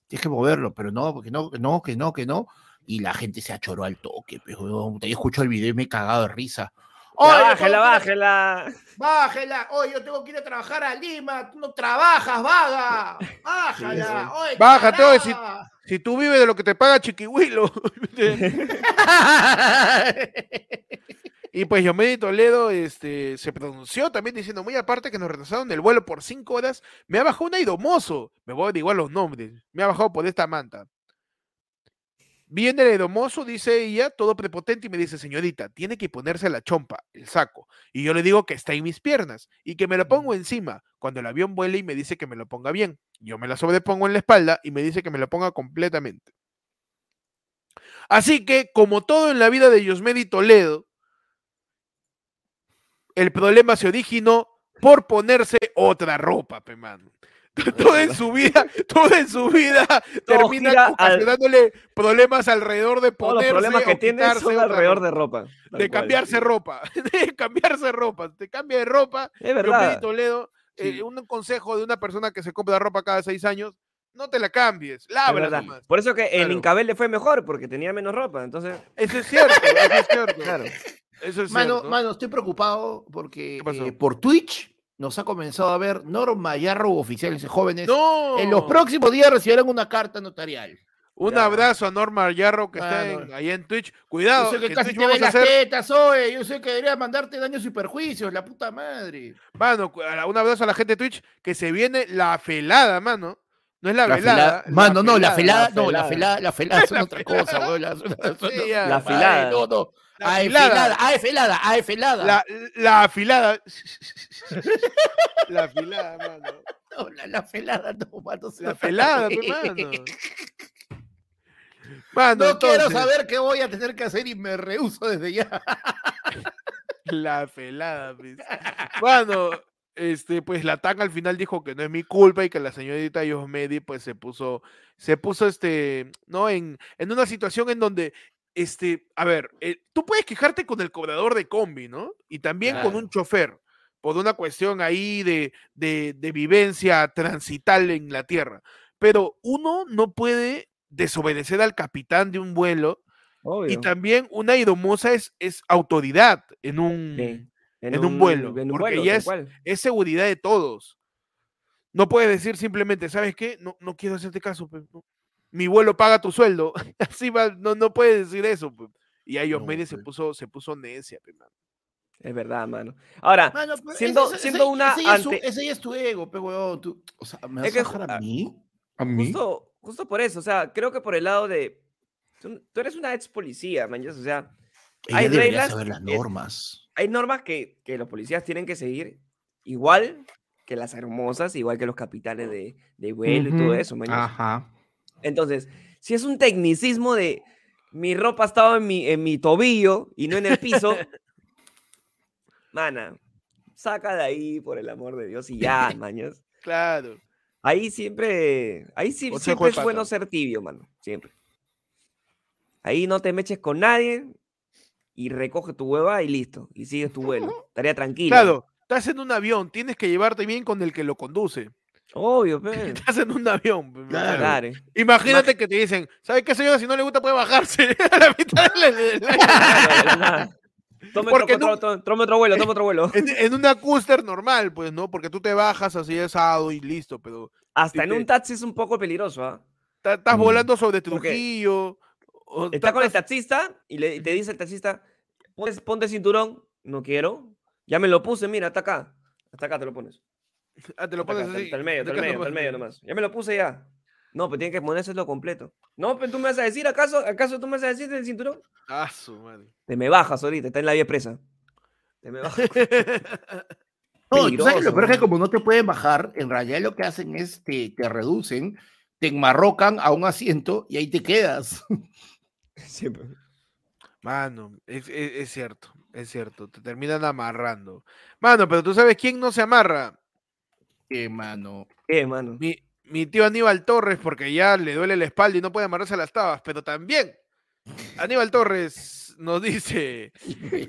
B: tienes que moverlo, pero no, porque no, que no, que no, que no. Y la gente se achoró al toque, pero yo escucho el video y me he cagado de risa. "Oye,
C: La
B: yo
C: bájela,
B: tengo que ir a
A: [laughs]
C: bájela.
B: Bájela, oye, yo tengo que ir a trabajar a Lima, tú no trabajas, vaga. Bájala,
C: Sí,
B: oye.
A: Bájate, oye, si- [laughs]
B: tarada.
A: Si tú vives de lo que te paga Chiquihuilo. Y pues Yomedi Toledo este, se pronunció también diciendo, muy aparte que nos retrasaron del vuelo por cinco horas, me ha bajado un aidomoso. Me voy a averiguar los nombres. Me ha bajado por esta manta. Viene el aidomoso, dice ella, todo prepotente, y me dice, señorita, tiene que ponerse la chompa, el saco. Y yo le digo que está en mis piernas y que me lo pongo encima. Cuando el avión vuela y me dice que me lo ponga bien, yo me la sobrepongo en la espalda y me dice que me lo ponga completamente. Así que, como todo en la vida de Yosmedi Toledo, el problema se originó por ponerse otra ropa, pe mano. [laughs] Toda en su vida, toda en su
C: [laughs]
A: vida
C: gira
A: termina
C: al-
A: ocasionándole problemas alrededor de
C: Todos los
A: ponerse
C: problemas que
A: o
C: tiene
A: quitarse
C: son
A: otra
C: alrededor
A: ropa.
C: de ropa. tal
A: de
C: cual.
A: cambiarse ropa, [laughs] de cambiarse ropa, te cambia de ropa.
C: Es
A: Yo
C: verdad.
A: Toledo, eh,
C: Sí.
A: un consejo de una persona que se compra ropa cada seis años, no te la cambies, lávela
C: es verdad.
A: nomás.
C: Por eso que el
A: Claro.
C: Incabel le fue mejor, porque tenía menos ropa. Entonces,
A: Eso es cierto, eso es cierto.
C: claro.
A: Eso es
B: Mano,
A: cierto.
B: mano, estoy preocupado porque
A: ¿Qué pasó?
B: eh, por Twitch nos ha comenzado a ver Norma Yarro oficiales jóvenes.
A: No.
B: En los próximos días recibirán una carta notarial.
A: Un
C: Ya.
A: abrazo a Norma Yarro que está
B: Mano.
A: en- ahí en Twitch.
B: Yo
A: Cuidado,
B: sé que,
A: que en
B: casi
A: Twitch
B: te ven
A: vamos a
B: las
A: hacer.
B: tetas, oye. Yo sé que debería mandarte daños y perjuicios, la puta madre.
A: Mano, cu- a la- un abrazo a la gente de Twitch que se viene la felada, mano. No es la, velada. la
B: Mano, no, la
A: felada.
B: felada, no, la felada,
A: [laughs]
B: la felada es otra cosa, weón. La,
A: Sí, ya.
C: La felada.
B: No, no.
A: La
B: Ah, es
A: felada.
B: felada, ah, es felada, ah, es felada.
A: La, la afilada. [laughs] la afilada, mano.
B: [laughs] No, la, la felada, no, mano. se
A: La
B: va.
A: felada, [laughs]
B: [laughs]
A: pe, mano. Mano,
B: No quiero
A: entonces,
B: saber qué voy a tener que hacer y me rehuso desde ya.
A: La felada, pues. Mano, este, pues la TAN al final dijo que no es mi culpa y que la señorita Yosmedi, pues se puso, se puso, este, ¿no? En, en una situación en donde, este, a ver, eh, tú puedes quejarte con el cobrador de combi, ¿no? Y también con
B: Claro.
A: un chofer, por una cuestión ahí de, de, de vivencia transital en la tierra. Pero uno no puede desobedecer al capitán de un vuelo
C: Obvio.
A: Y también una idomosa es, es autoridad en un,
C: Sí,
A: en un vuelo,
C: En un
A: porque
C: vuelo,
A: ya
C: tal
A: es-
C: cual.
A: es seguridad de todos. No puedes decir simplemente, ¿sabes qué? No, no quiero hacerte caso, pe, no. mi vuelo paga tu sueldo. [laughs] Así va, no, no puedes decir eso. pe. Y ahí
B: No, pues.
A: Osmedia se
B: pe.
A: puso, se puso necia, pe, mano.
C: Es verdad, mano. Ahora,
B: [laughs] Mano, pero
C: Siendo- siendo una
B: ese, ya es su-
C: ante-
B: ese ya es tu ego, pe weón. tú- o sea, ¿me vas
C: Es que
B: a bajar
C: ju- ah,
B: a mí? ¿A mí?
C: justo, justo por eso, o sea, creo que por el lado de. Tú, tú eres una ex policía, man. O sea,
B: Ella
C: hay
B: debería
C: reglas
B: saber las
C: que-
B: normas.
C: hay normas que, que los policías tienen que seguir igual que las hermosas, igual que los capitanes de, de vuelo y todo eso, man.
E: Ajá.
C: Entonces, si es un tecnicismo de mi ropa estaba en mi, en mi tobillo y no en el piso, mana, saca de ahí por el amor de Dios y ya, mañas.
A: Claro.
C: Ahí siempre, ahí sí,
A: Consejo
C: siempre
A: de
C: es bueno
A: pata.
C: ser tibio, mano, siempre. Ahí no te meches con nadie y recoge tu hueva y listo, y sigues tu vuelo. Tarea tranquila.
A: Claro, estás en un avión, tienes que llevarte bien con el que lo conduce. [laughs]
C: Obvio, pe.
A: Estás en un avión. pe, mano.
B: Claro.
C: Claro.
A: Imagínate que te dicen, ¿sabes qué, señora? Si no le gusta, puede bajarse [laughs] a la mitad del-
B: [laughs]
A: del aire".
C: claro, de la nada. Tome otro,
A: Porque
C: control, to- tome otro vuelo, toma otro vuelo.
A: En, en una coaster normal, pues, ¿no? Porque tú te bajas así asado y listo, pero
C: Hasta en
A: te-
C: un taxi es un poco peligroso, ¿ah?
A: ta- estás
E: Mm.
A: volando sobre
C: Porque
A: Trujillo. o
C: Está con el
A: estás-
C: taxista y, le, y te dice el taxista, ponte, ponte cinturón, no quiero, ya me lo puse, mira, hasta acá, hasta acá te lo pones.
A: Ah, te lo
C: hasta acá,
A: pones
C: hasta-
A: así.
C: hasta el medio, hasta el
A: Acá
C: medio,
A: nomás.
C: hasta el medio nomás. Ya me lo puse ya. No, pero tiene que ponérselo completo. No, pero tú me vas a decir, ¿acaso, acaso tú me vas a decir del cinturón?
A: Ah, su
C: [laughs]
A: madre.
C: Te me bajas ahorita, está en la vía presa. Te me bajas. [laughs]
B: No, tú sabes que lo
C: Peligroso,
B: peor es que
C: mano.
B: como no te pueden bajar, en realidad lo que hacen es te, te reducen, te enmarrocan a un asiento y ahí te quedas. [laughs]
C: Siempre.
A: Mano, es, es- es cierto, es cierto. Te terminan amarrando. Mano, pero tú sabes quién no se amarra.
B: Eh, mano.
C: Eh, mano.
A: Mi, mi tío Aníbal Torres, porque ya le duele la espalda y no puede amarrarse a las tabas, pero también Aníbal Torres nos dice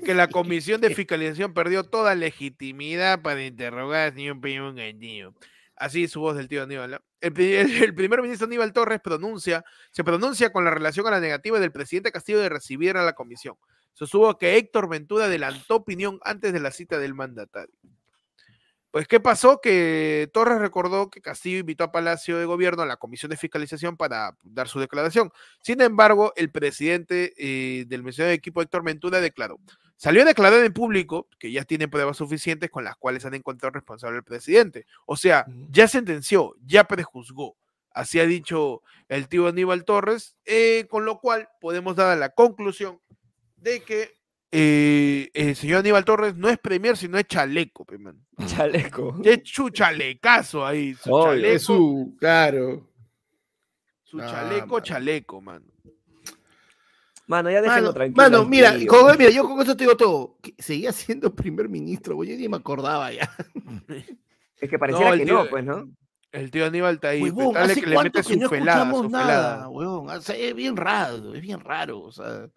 A: que la comisión de fiscalización perdió toda legitimidad para interrogar al señor Peña Engañío. Así su voz del tío Aníbal. ¿ah? El, pri- el- el primer ministro Aníbal Torres pronuncia, se pronuncia con la relación a la negativa del presidente Castillo de recibir a la comisión. Sostuvo que Héctor Ventura adelantó opinión antes de la cita del mandatario. Pues, ¿qué pasó? Que Torres recordó que Castillo invitó a Palacio de Gobierno a la Comisión de Fiscalización para dar su declaración. Sin embargo, el presidente eh, del mencionado equipo, Héctor Ventura, declaró. Salió a declarar en público que ya tiene pruebas suficientes con las cuales han encontrado responsable al presidente. O sea,
C: Ujú.
A: ya sentenció, ya prejuzgó. Así ha dicho el tío Aníbal Torres, eh, con lo cual podemos dar a la conclusión de que eh, el señor Aníbal Torres no es premier, sino es chaleco, pe,
B: [laughs]
A: man.
C: [laughs] Chaleco.
A: Es su chalecazo ahí. Su
C: Obvio,
A: chaleco,
B: Es su, claro.
A: su
B: Ah,
A: chaleco,
B: mano.
A: chaleco, mano.
C: Mano, ya déjenlo
B: Mano,
C: tranquilo.
B: mano,
C: al
B: mira,
C: tío.
B: con- mira, yo con eso te digo todo. Que Seguía siendo primer ministro, güey. Yo ni me acordaba ya.
C: Es que pareciera
A: No, el
C: que
A: tío-
C: no, pues, ¿no?
A: El tío Aníbal está ahí.
B: Huevón,
A: pues, dale
B: ¿hace
A: que le
B: cuánto
A: mete
B: que
A: su
B: no
A: pelada,
B: escuchamos
A: su
B: nada,
A: pelada.
B: huevón? O sea, es bien raro, es bien raro. O sea,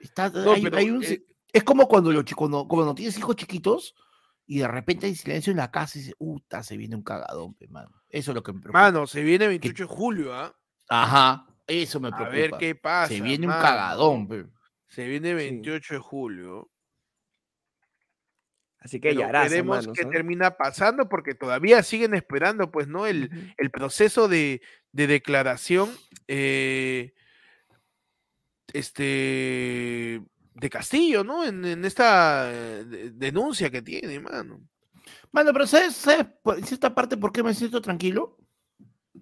B: está,
A: No,
B: hay-
A: pero,
B: hay un
A: eh,
B: si- es como cuando, los chi- cuando, cuando tienes hijos chiquitos y de repente hay silencio en la casa y dices, puta, se viene un cagadón, pe, mano. Eso es lo que me preocupa.
A: Mano, se viene 28 de julio, ¿ah?
B: Ajá, eso me
A: A
B: preocupa.
A: ver qué pasa.
B: se viene un
A: mano.
B: cagadón, pe.
A: Se viene 28 de julio.
C: Así que
A: Pero
C: ya harás,
A: veremos
C: hermanos,
A: qué
C: ¿ah?
A: termina pasando porque todavía siguen esperando, pues, ¿no? El, el proceso de, de declaración eh, este, de Castillo, ¿no? En, en esta eh, de- denuncia que tiene, mano.
B: Mano, pero ¿sabes, sabes por- en cierta parte por qué me siento tranquilo?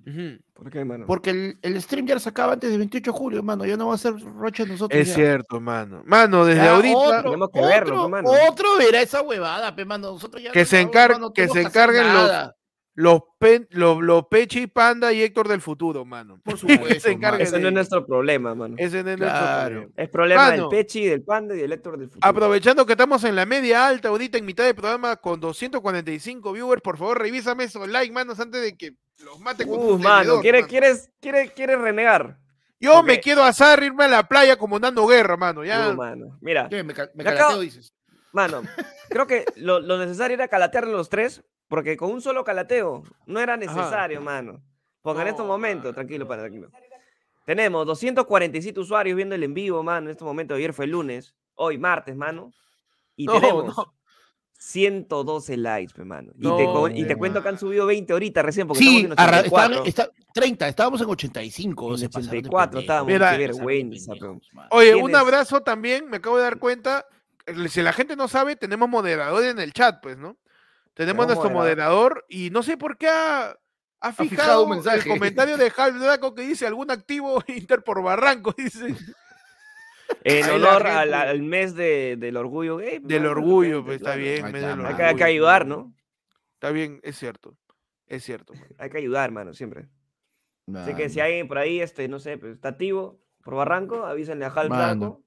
A: Ujú.
C: ¿Por qué, mano?
B: Porque el, el stream ya se acaba antes del 28 de julio, mano. Ya no va a ser roche nosotros.
A: Es
B: ya.
A: cierto, mano. Mano, desde
B: Ya,
A: ahorita
B: Otro,
C: Tenemos que verlo,
B: otro-
C: pe, mano.
B: otro verá esa huevada, pe, mano. Nosotros ya
A: Que
B: no-
A: se
B: no,
A: encar-
B: no
A: que
B: tenemos
A: se
B: hacer
A: encarguen los-
B: nada.
A: los, pen- los, los Pechi Panda y Héctor del futuro, mano.
B: [laughs] Por
A: que
B: supuesto,
A: se encarguen
B: mano.
C: Ese no
A: de-
C: es nuestro problema, mano.
A: Ese no es nuestro
B: Claro.
A: problema.
C: Es problema
A: Mano.
C: del Pechi, del Panda y del Héctor del futuro.
A: Aprovechando que estamos en la media alta ahorita en mitad del programa con 245 viewers, por favor revísame esos like, manos, antes de que los mate con
C: Uh,
A: un
C: mano,
A: servidor,
C: ¿quieres,
A: este mano.
C: quieres, quieres, quieres renegar?
A: Yo me
C: Ok.
A: quiero asar, irme a la playa como dando guerra, mano. Ya.
C: Uh, mano. Mira,
B: Sí, me ca- me
C: Acá-
B: cagateo, dices.
C: mano, creo que lo, lo necesario era calatear a los tres, porque con un solo calateo no era necesario, mano. Porque en estos
A: No,
C: momentos,
A: mano.
C: tranquilo, para tranquilo. Tenemos 247 usuarios viendo el en vivo, mano, en estos momentos. Ayer fue lunes, hoy martes, mano. Y
A: No,
C: tenemos
A: no.
C: 112 likes, pe, mano. Y, te,
A: No,
C: co- y te
A: mano.
C: cuento que han subido 20 ahorita recién, porque
B: Sí,
C: estamos en
B: arra-
C: 84.
B: estaban- está- 30, estábamos en 85.
C: En
B: se pasaron de
C: 84
B: pendejos,
C: estábamos,
A: Mira,
C: qué
B: se pasaron de
C: vergüenza,
B: pendejos, mano.
A: Oye, un
C: ¿Tienes?
A: abrazo también, me acabo de dar cuenta. eh, Si la gente no sabe, tenemos moderador en el chat, pues, ¿no? Tenemos
C: Tenemos
A: nuestro moderador y no sé por qué ha, ha fijado,
B: fijado un
A: el
B: mensaje.
A: comentario de Hal Draco que dice algún activo [laughs] Inter por Barranco, [laughs] dice.
C: En
A: Ay, la
C: honor al,
A: gente.
C: al mes de- del orgullo gay.
A: Del
C: mano, de
A: orgullo,
C: repente,
A: pues está
C: claro.
A: bien.
B: Ahí
A: me
B: está,
A: del
B: mano.
C: Hay que, hay que
A: orgullo.
C: ayudar, ¿no?
A: Está bien, es cierto. Es cierto. mano.
C: Hay que ayudar, mano, siempre. Así que si
B: Mano.
C: alguien por ahí, este, no sé, pues, está activo por Barranco, avísenle a Hal
B: Mano.
C: Blanco.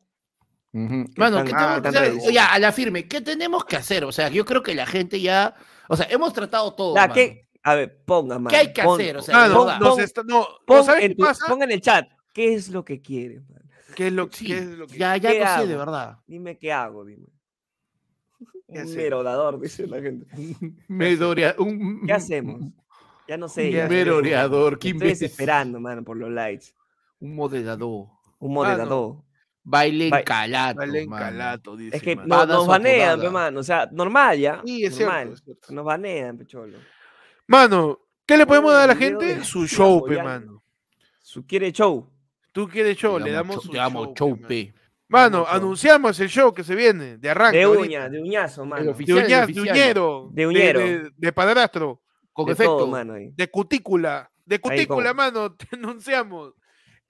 B: Ujú. Mano,
C: están-
B: ¿qué
A: ah,
B: tenemos que
A: están
B: hacer?
C: revisando.
B: Oye, a la firme, ¿qué tenemos que hacer? O sea, yo creo que la gente ya. O sea, hemos tratado todo.
C: Ya,
B: mano.
C: ¿qué? A ver, ponga, mano.
B: hay que
C: pon-
B: hacer? O sea,
A: Mano,
C: pon-
A: nos
C: pon-
A: está- no, ¿no
C: pon
A: ¿sabes
C: en
A: qué
C: tu-
A: pasa?
C: ponga en el chat, ¿qué es lo que quiere? mano?
A: ¿Qué es lo,
B: Sí,
A: qué es lo que.?
B: ya,
C: ¿Qué
B: ya no sé, de
C: hago?
B: verdad.
C: Dime qué
A: [laughs]
C: hago, dime. Un
A: hacemos?
C: merodeador, dice la gente.
B: [laughs] Medorea- un-
A: [laughs]
B: [laughs]
C: ¿Qué hacemos? Ya no sé.
B: Un
C: ya,
B: merodeador, qué
C: Estoy
B: imbécil.
C: desesperando, mano, por los likes.
B: Un moderador.
C: Un
A: Mano,
C: moderador.
B: Baile en
C: Ba-
B: calato.
A: Valen
B: mano.
A: Calato, dice.
C: Es que
A: mano.
C: no-
B: Bada
C: nos banean,
B: sotobada.
C: pe, mano. O sea, normal ya.
A: Sí, es cierto,
C: normal.
A: es cierto.
C: Nos banean, pecholo.
A: Mano, ¿qué le podemos dar a la
C: Video de
A: gente?
C: la
A: Su
C: tía
A: show, pe,
C: Boyana.
A: mano.
C: Su quiere show.
A: Tú quieres show, le
B: damos
A: damos
B: cho-
A: su
B: Te damos
A: show, pe, mano.
B: choupe.
A: Mano,
C: damos show.
A: anunciamos el show que se viene, de arranque.
C: De
A: ahorita.
C: uña, de uñazo, mano.
B: ofici-
A: De
B: Oficial,
A: uña- de
B: oficial.
A: uñero.
C: De uñero.
A: De, de padrastro.
B: Con
C: de
B: efecto.
C: todo, mano. ahí.
A: De cutícula. De cutícula,
C: como.
A: mano, [laughs] te anunciamos.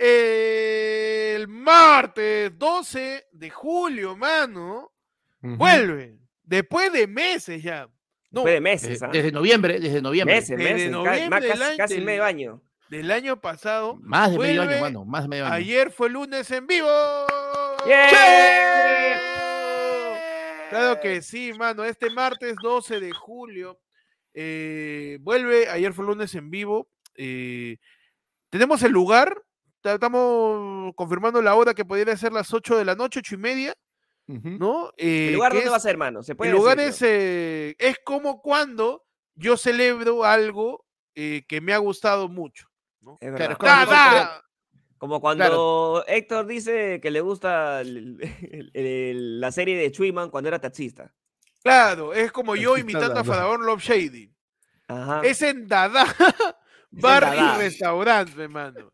A: El martes 12 de julio, mano,
B: Ujú.
A: vuelve. Después de meses ya. No,
C: Después de
B: Eh,
C: meses, ¿ah?
B: desde noviembre, desde noviembre.
C: Meses,
A: Desde
C: meses. ca-
A: noviembre
C: más
A: del
C: casi,
A: año-
C: casi
A: del-
C: medio año.
A: del año pasado.
B: Más de medio año,
A: Vuelve
B: mano. Más de medio año.
A: Ayer fue lunes en vivo.
C: ¡Yeah!
A: ¡Che! Claro que sí, mano. Este martes 12 de julio eh, vuelve. Ayer fue lunes en vivo. eh, tenemos el lugar. ta- Estamos confirmando la hora que podría ser las 8 de la noche, 8 y media,
B: Ujú.
A: ¿no? Eh,
C: ¿El lugar
A: que
C: dónde
A: es-
C: va a ser, mano? ¿Se puede
A: el lugar
C: decir,
A: es, eh, es como cuando yo celebro algo eh, que me ha gustado mucho.
C: no? Es
B: Claro,
C: verdad.
B: es como-
A: ¡Da, da!
C: Como cuando Héctor dice que le gusta el- el- el- la serie de Chuyman cuando era taxista.
A: Claro, es como yo
B: Aquí está
A: imitando a
B: Dada.
A: Faraón Love Shady.
C: Ajá.
A: Es en Dada
C: Ah.
A: [laughs]
C: en
A: Bar
C: Dada.
A: y Restaurante, hermano.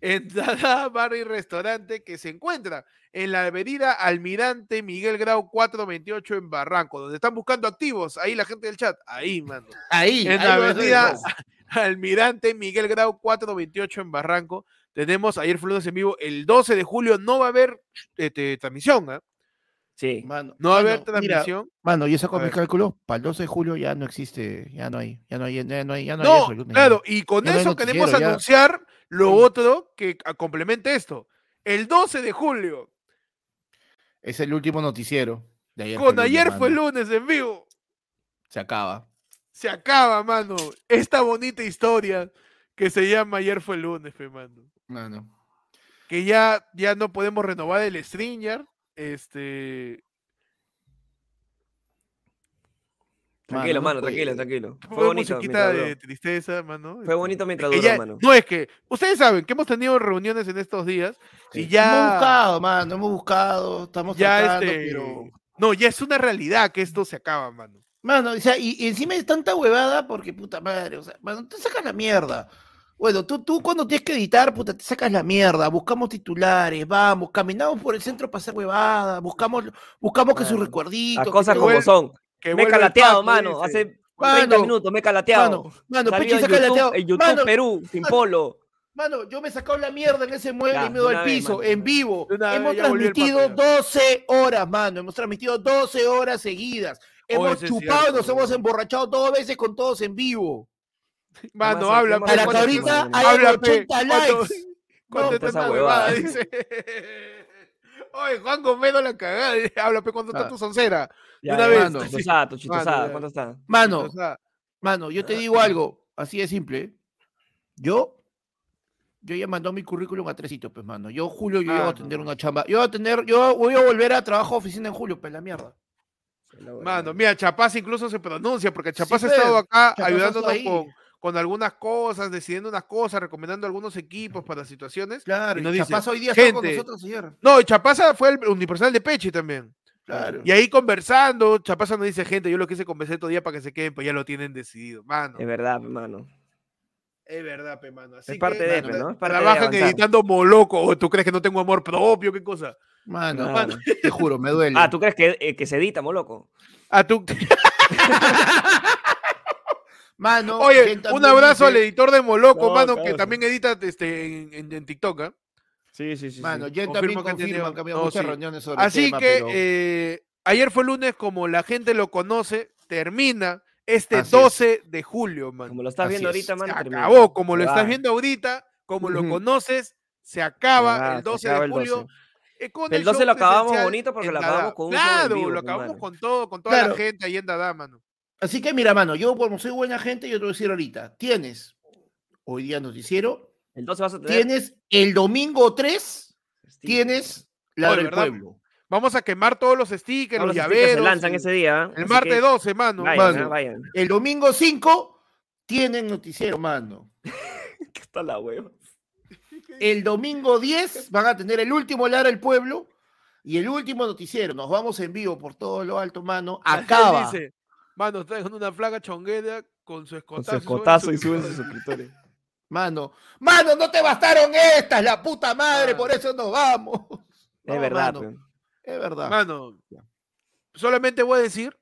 A: En [laughs] Dada Bar y Restaurante que se encuentra en la avenida Almirante Miguel Grau 428 en Barranco, donde están buscando activos. Ahí la gente del chat. Ahí, mano.
B: Ahí.
A: En
B: ahí
A: la
B: lo vas a ver.
A: avenida Almirante Miguel Grau 428 en Barranco. Tenemos ayer fue lunes en vivo. El 12 de julio no va a haber este, transmisión. ¿ah?
C: Sí.
B: Mano,
A: No va a
B: mano,
A: haber
B: Ah, mira,
A: transmisión.
B: Mano, yo saco
A: A
B: mis
A: ver.
B: cálculos, para el 12 de julio ya no existe, ya no hay, ya no hay, ya no hay, ya no, hay
A: No,
B: eso, el lunes,
A: claro, y con
B: Ya no hay
A: eso queremos
B: noticiero, ya.
A: anunciar lo
B: Sí.
A: otro que a- complemente esto. el 12 de julio.
B: Es el último noticiero de ayer.
A: Con
B: fue el lunes,
A: ayer fue
B: mano.
A: lunes en vivo.
B: Se acaba.
A: Se acaba, mano, esta bonita historia que se llama Ayer fue lunes, pe, mano.
B: Mano.
A: que ya, ya no podemos renovar el Stringer. Este.
C: Tranquilo,
B: Mano, no
C: mano,
B: puede.
C: tranquilo, tranquilo. Fue
A: Fue
C: bonito. mientras
A: musiquita
C: duró.
A: de tristeza, mano.
C: Fue
A: este,
C: bonito mientras
A: que
C: duró,
A: ya-
C: mano.
A: No es que. Ustedes saben que hemos tenido reuniones en estos días. Y
B: Sí. Hemos
A: ya.
B: buscado, mano, hemos buscado, estamos
A: Ya,
B: tratando,
A: este,
B: pero...
A: No, ya es una realidad que esto se acaba, mano.
B: Mano, o sea, y, y encima es tanta huevada porque puta madre, o sea, mano, te sacas la mierda. Bueno, tú, tú cuando tienes que editar, puta, te sacas la mierda, buscamos titulares, vamos, caminamos por el centro para hacer huevada, buscamos, buscamos que sus
C: Mano,
B: recuerditos.
C: Las
B: que
C: cosas
B: todo-
C: como
A: vuelve-
C: son.
A: Que
C: Me he
A: vuelve el
C: calateado,
A: Paco,
C: mano.
A: dice.
C: Hace
B: Mano,
C: 30 minutos me he calateado.
B: Mano, mano,
C: Salió
B: Pechi
C: en
B: saca la
C: YouTube,
B: teo-
C: en YouTube
B: mano,
C: Perú, sin
B: mano.
C: polo.
B: mano, yo me he sacado la mierda en ese mueble
C: Ya,
B: y me doy
C: de
B: al
C: una vez,
B: piso,
C: mano.
B: en vivo.
A: De una vez,
B: Hemos
A: ya volvió el
B: transmitido
A: pato,
B: 12 horas, mano, hemos transmitido 12 horas seguidas. Hemos
A: ese es
B: chupado,
A: cierto,
B: nos hemos
A: mano.
B: emborrachado dos veces con todos en vivo.
A: Mano,
C: Además,
A: habla.
C: el tema
A: pe,
C: de
B: Para que
A: ¿cuánto-
B: ahorita
C: mano?
B: hay
A: Habla, pe.
B: 80
A: ¿Cuánto-
B: likes.
A: [laughs] cuánto
C: No,
A: está
C: pues, esa
A: esa
C: huevada.
A: huevada? Dice. [laughs] Oye, Juan Gomero la cagada. dice, Habla, pe, ¿cuánto está
B: Ah.
A: tu soncera?
C: Ya,
A: una
C: ya,
A: vez.
C: mano, tu chistosada, tu chistosada,
A: Mano, ya.
C: ¿Cuánto está?
B: Mano,
A: O sea,
B: mano, yo te digo algo, así de simple. Yo, yo ya mandó mi currículum a tres sitios, pues, mano. Yo, Julio, yo voy a
A: Mano.
B: tener una chamba. Yo voy a tener, yo voy a volver a trabajo a oficina en Julio, pues, la mierda.
C: Pues, eh.
A: Mano, mira, Chapaz incluso se pronuncia, porque Chapaz
B: Sí,
A: ha estado
B: pe,
A: acá
B: Chapaz ha estado
A: ayudándonos
B: ahí.
A: con, con algunas cosas, decidiendo unas cosas, recomendando algunos equipos para situaciones.
B: Claro,
A: y
B: y
A: nos dice,
B: Chapaz hoy día estuvo con
A: "Gente".
B: nosotros ayer.
A: No, y Chapaz fue el universal de Peche también.
B: Claro.
A: Y ahí conversando, Chapaz nos dice, gente, yo lo quise convencer todavía para que se queden, pues ya lo tienen decidido. Mano,
C: Es verdad, pues, mano.
A: es verdad, pe, mano. Así
C: Es parte
A: que,
C: de,
A: mano,
C: pe, ¿no? Es parte de
A: trabajan
C: avanzar.
A: editando Moloco, o tú crees que no tengo amor propio, qué cosa.
B: Mano,
C: Claro.
B: mano, te juro, me duele.
C: [laughs] Ah, ¿tú crees que, eh, que se edita, moloco?
A: Ah,
C: [laughs]
A: tú-
B: Mano,
A: Oye,
B: Jen
A: un
B: también
A: abrazo al
B: dice-
A: editor de Moloco,
C: No,
A: mano, que
C: causa.
A: también edita este, en, en- en TikTok, ¿ah?
C: Sí, sí, sí.
B: Mano, Jen
A: Confirmo
B: también
A: que han tenido-
B: confirma que ha habido
A: No,
B: muchas
A: sí.
B: reuniones sobre el
A: Así
B: tema,
A: que
B: pero-
A: eh, ayer fue lunes, como la gente lo conoce, termina este
B: Así es.
A: 12 de julio, man.
C: Como lo estás
B: Así
C: viendo
B: es.
C: ahorita,
A: Se
C: mano. termina.
A: acabó, como lo
C: Se
A: estás
C: va,
A: viendo ahorita, como lo
C: Ujú.
A: conoces, se
C: se
A: acaba
C: va,
A: el
C: Ah, se
A: 12
C: acaba
A: de
C: el
A: julio.
C: 12.
A: eh, con
C: El
A: el
C: 12
A: show
C: lo acabamos
A: presencial
C: bonito porque
A: en
C: lo
A: Dada.
C: acabamos con un show en
A: Claro,
C: vivo,
A: lo
C: mi
A: acabamos
C: mano.
A: con todo, con toda la
B: Claro.
A: gente ahí en Dada, mano.
B: Así que mira, mano, yo como soy buena gente, yo te voy a decir ahorita, tienes hoy día noticiero,
C: El 12 vas a tener.
B: tienes el domingo 3,
C: Sí.
B: tienes la
A: Oye,
B: del
A: ¿verdad?
B: pueblo.
A: Vamos a quemar todos los stickers,
C: Todos
A: los,
C: los stickers
A: llaveros.
C: se lanzan
A: el-
C: ese día. ¿ah?
A: El
C: así
A: martes
C: que
A: 12, mano.
C: Vayan,
B: mano.
C: ah, vayan.
B: El domingo 5 tienen noticiero, mano.
C: Que está la hueva.
B: El domingo 10 van a tener el último lar del pueblo y el último noticiero. Nos vamos en vivo por todo lo alto, [laughs] mano. Acaba.
A: Dice, mano, traigan una flaga chonguera con su
C: Con
A: escotazo.
C: su
A: y suben
C: escotazo y
A: sus-
C: suben sus suscriptores.
B: Mano, mano, no te bastaron estas, la puta madre,
A: Mano.
B: por eso nos vamos.
C: Ah. Es
B: No,
C: verdad,
B: mano,
C: pe.
B: es verdad.
A: Mano, solamente voy a decir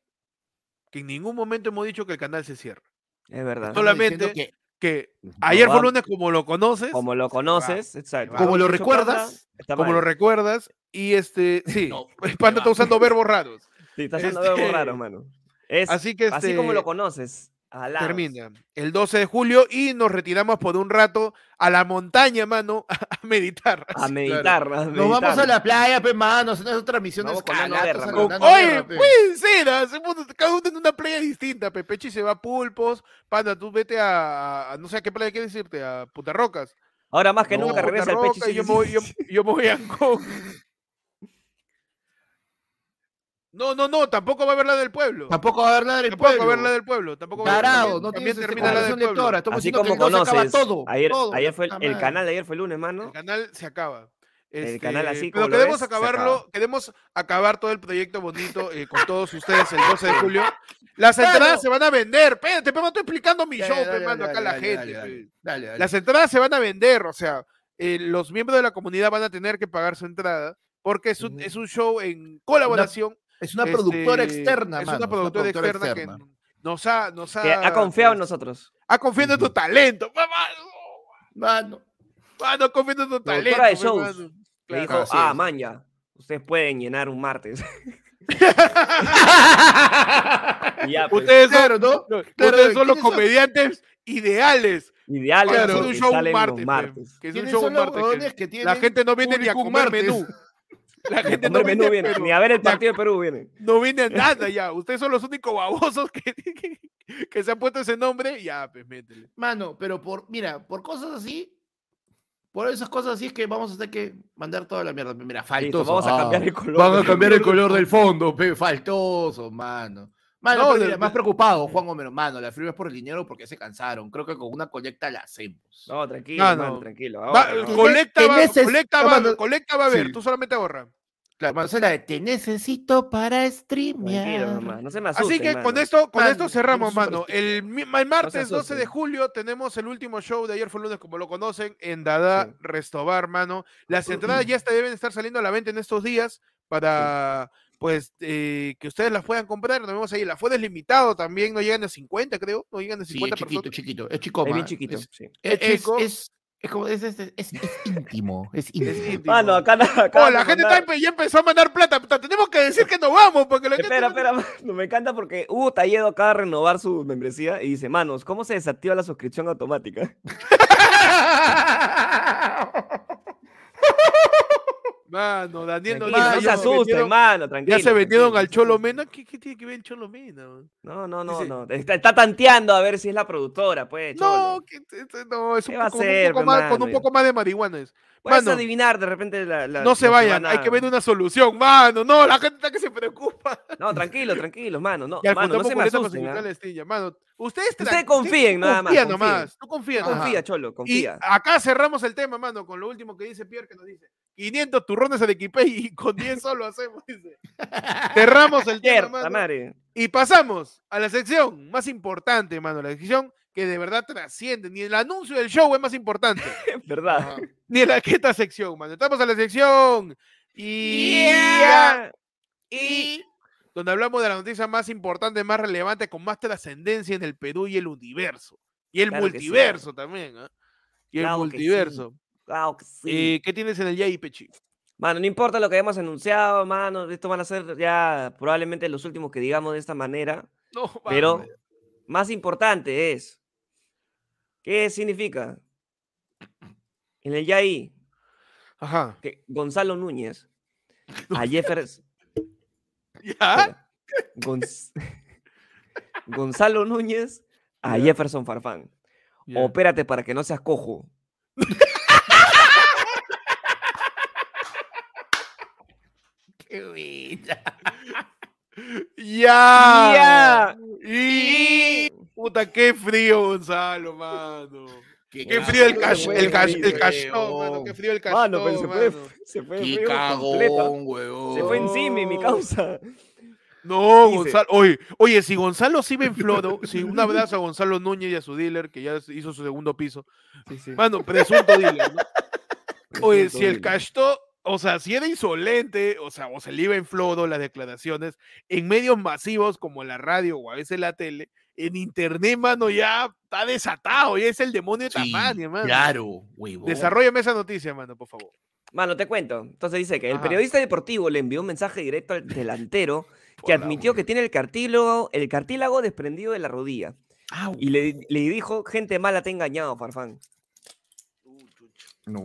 A: que en ningún momento hemos dicho que el canal se cierra.
C: pues, Es verdad.
A: Solo-
B: Estamos diciendo
A: solamente-
B: que
A: Que
C: Nos
A: ayer fue
C: vamos.
A: lunes como lo conoces, como,
C: Como lo conoces, exacto.
A: Como
B: lo
C: Mucho
B: recuerdas,
C: plata, está
A: lo
C: mal.
A: recuerdas, y este, sí,
B: No,
A: [laughs] el Panda está
B: va.
A: usando verbos raros.
C: Sí, estás haciendo algo
A: Este-
C: raro, mano. Es así,
A: Así que este,
C: como lo conoces. alados.
A: termina el 12 de julio y nos retiramos por un rato a la montaña, mano, [laughs] a meditar. [laughs]
C: A
A: Así,
C: meditar,
A: claro.
C: a
B: Nos vamos
C: meditar.
B: a la playa, pe, mano, haciendo esas transmisiones
C: Vamos con Nano
B: calatas
C: Guerra,
B: a la
C: mano.
B: Nano
A: Oye,
B: Guerra, pe.
A: pueden ser, hacemos cada uno en una playa distinta. Pepechi se va a Pulpos, Panda, tú vete a, a- a no sé a qué playa quieres irte, a Putarrocas.
C: Ahora más que
B: No,
C: nunca
A: Puta
C: regresa el
A: Roca,
C: pecho. sí,
A: yo,
C: sí,
A: me voy,
C: sí,
A: yo,
C: sí.
A: yo me voy a Ancón. No, no, no, tampoco va a haber la del pueblo.
B: Tampoco va a haber nada del
A: Tampoco va a
B: pueblo.
A: haber la del pueblo. Tampoco va a haber la del
B: Tarado,
A: pueblo.
B: no
A: También
B: tienes este,
A: termina la del
B: comprensión
A: pueblo.
B: lectora. Estamos
C: Así
B: diciendo
C: como
B: que el 12 acaba
C: conoces.
B: todo.
C: ayer,
B: todo, Ah,
C: ayer
B: la
C: fue el,
B: puta
C: el
B: madre.
C: canal, ayer fue el lunes, mano.
A: El canal se acaba. Este,
C: El canal así
A: pero
C: como lo
A: queremos
C: ves, se
A: acabarlo,
C: acaba.
A: queremos acabar todo el proyecto bonito eh, con todos ustedes el 12
C: [laughs]
A: de julio. Las
B: Claro.
A: entradas se van a vender. Espérate, pero no estoy explicando mi
B: Ya,
A: show,
B: dale,
A: pe,
B: dale,
A: mano, acá
B: dale,
A: la
B: dale,
A: gente.
B: dale,
A: pe.
B: dale, dale, dale.
A: Las entradas se van a vender, o sea, eh, los miembros de la comunidad van a tener que pagar su entrada porque es un,
C: Ujú.
A: es un show en colaboración.
B: Es una
A: este,
B: productora externa,
A: Es
B: mano,
A: una productora, externa,
B: externa.
A: que nos ha, nos
C: Que
A: ha,
C: ha confiado en
A: pues.
C: nosotros.
A: ha confiado en tu talento. Mamá, ah,
B: Mano,
A: mano, confiando en tu
C: Productora
A: talento.
C: de
A: pe,
C: shows.
A: mano.
C: Le
A: Claro.
C: dijo,
B: así
C: ah,
B: es.
C: man, ya. Ustedes pueden llenar un martes. [laughs] Y ya, pues,
A: Ustedes son,
B: claro, ¿no?
A: no,
B: Claro,
A: ustedes son los
B: ¿quiénes son?
A: comediantes ideales
C: Ideales
A: Claro.
C: porque
A: Es un show
C: salen
A: martes, pues,
C: los martes.
A: Que es un
B: ¿Quiénes
A: show
B: son los
A: martes, que
B: huevones que tienen
A: la gente no viene ni a
B: público un
A: comer
B: martes?
A: menú. La gente no
C: Hombre,
A: viene,
C: Perú viene,
A: pero-
C: Ni a ver el partido de Perú viene.
A: no viene a nada ya. Ustedes son los únicos babosos que, [laughs] que, que se han puesto ese nombre. Ya, pues métele.
B: Mano, pero por, mira, por cosas así, por esas cosas así es que vamos a tener que mandar toda la mierda. Mira,
C: Listo,
B: faltoso.
C: vamos a
B: Ah,
C: cambiar el color.
B: Van a cambiar el color del fondo, pe, faltoso, mano. Mano,
A: No,
B: pero
A: de-
B: mira, más preocupado, Juan Homero, mano, la firma es por el dinero porque se cansaron. Creo que con una colecta la hacemos.
C: No, tranquilo,
A: No, no.
C: man, tranquilo.
A: Va- eh,
C: ahora, no.
A: colecta,
B: te
A: va,
B: neces-
A: colecta, va,
B: tomando-
A: colecta va a ver,
B: Sí.
A: tú solamente ahorra.
B: Claro, mano, esa es la de te necesito para
C: Tranquilo,
B: streamear.
C: nomás, no se me asusten,
A: Así que con
C: mano.
A: esto, con
B: Mano,
A: esto cerramos,
B: es súper
A: mano. El, mi- el martes 12 de
C: asusten.
A: julio tenemos el último show de ayer fue lunes, como lo conocen, en Dada
C: Sí.
A: Restobar, mano. Las entradas ya te deben estar saliendo a la venta en estos días para pues eh, que ustedes las puedan comprar. Nos vemos ahí. La fue deslimitado también, no llegan a 50, creo. No llegan a
B: Sí, es
A: 50
B: chiquito,
A: personas.
B: chiquito, es chico,
C: Es bien
B: mano,
C: chiquito.
B: Es,
C: sí.
B: es,
A: Es chico.
B: es- es como, es, es- es- es íntimo,
C: [laughs]
B: es
A: Es
B: íntimo.
A: íntimo.
C: Mano, acá, acá
A: Oh,
C: van
A: la
C: a
A: gente
C: mandar-
A: está- ya empezó a mandar plata. puta, Tenemos que decir que nos vamos, porque la gente
C: Espera,
A: no-
C: espera, mano, me encanta porque Hugo Talledo acaba de renovar su membresía y dice, manos, ¿cómo se desactiva la suscripción automática?
A: Mano, Daniel
C: Tranquilo,
A: nos
C: no
A: dice,
C: se
A: ya se
C: asusten,
A: vendieron-
C: mano, tranquilo.
A: Ya se vendieron
C: tranquilo.
A: al Cholo Mena. ¿Qué, qué tiene que ver el Cholo Mena? man?
C: No, no, no,
A: Dice-
C: no. Está, está tanteando a ver si es la productora, pues, Cholo.
A: No, que, te- te- no, es
C: ¿Qué
A: un
C: va a
A: poco, un
C: ser,
A: poco
C: pe,
A: más, con
C: mano,
A: un
C: ya?
A: poco más de marihuana. es.
C: Puedes
A: mano.
C: adivinar de repente la... la-
A: No se
C: los que
A: vayan,
C: van
A: hay
C: a-
A: que ver una solución, mano. No, la gente está que se preocupa.
C: No, tranquilo, tranquilo, mano. No,
A: Y al
C: mano, no
A: juntamos
C: se me
A: boletas para
C: asusten, ¿ah?
A: Central Estilla, mano. Ustedes, tra-
C: Ustedes confíen nada más,
A: Confía
C: confíen.
A: nomás. Tú confía, nomás.
C: Confía, Cholo,
A: Y
C: confía.
A: acá cerramos el tema, mano, con lo último que dice Pierre, que nos dice 500 turrones al equipe y [laughs] con 10 solo hacemos.
C: [laughs]
A: dice. Cerramos el tema,
C: Cierta
A: mano.
C: madre. [laughs]
A: Y pasamos a la sección más importante, mano. La sección que de verdad trasciende. Ni el anuncio del show es más importante. [laughs]
C: Es verdad.
A: ni la que esta sección, mano. Estamos a la sección. Y.
C: Y...
A: Donde hablamos de la noticia más importante, más relevante, con más trascendencia en el Perú y el universo. Y el
C: Claro que sí, mano.
A: multiverso también, ¿ah? Y el
C: Claro que sí.
A: multiverso.
C: Claau que sí.
A: Eh, ¿Qué tienes en el Yay Pechi? [laughs]
C: Mano, no importa lo que hayamos anunciado, mano. Estos van a ser ya probablemente los últimos que digamos de esta manera.
A: No, mano,
C: Pero más importante es, ¿qué significa? En el Yaí, [laughs]
A: Ajá.
C: que Gonzalo Núñez, a Jeffers,
A: ¿Ya?
C: espera, Gonz- [laughs] Gonzalo Núñez, a Jefferson Farfán. Opérate para que no seas cojo.
B: [laughs] Qué buena.
A: ¡Ya! Ah.
C: Ya.
A: Y... Puta, qué frío, Gonzalo, mano. Qué
C: Ya,
A: frío el
C: no se
A: cash,
C: puede
A: el cash,
C: reír,
A: el cachón, mano. Qué frío el cachón,
C: Mano, pero se fue,
A: mano.
C: se fue
B: Qué
C: frío completa.
B: cagón,
C: Se fue
B: huevón.
C: encima y mi
A: No.
C: causa.
A: No,
C: Dice-
A: Gonzalo. Oye, oye, si Gonzalo sí ven floro, si un abrazo a Gonzalo Núñez y a su dealer, que ya se- hizo su segundo piso. Mano, presunto
C: [laughs]
A: dealer, ¿no? Oye, Pues, si el
C: cash
A: Cashto, o sea, si era insolente, o sea, o se le iba en floro las declaraciones, en medios masivos como la radio o a veces la tele, en internet, mano, ya está desatado, ya es el demonio de
B: Sí,
A: tamaño, mano.
B: Claro, huevón.
A: Desarrollame esa noticia, mano, por favor.
C: Mano, te cuento. Entonces dice que el
A: Ajá.
C: periodista deportivo le envió un mensaje directo al delantero
A: [laughs]
C: que
A: Por la
C: admitió que tiene el cartílago, el cartílago desprendido de la rodilla.
A: Ah,
B: Au.
C: Y le, le dijo, gente mala te ha engañado, Farfán.
B: No,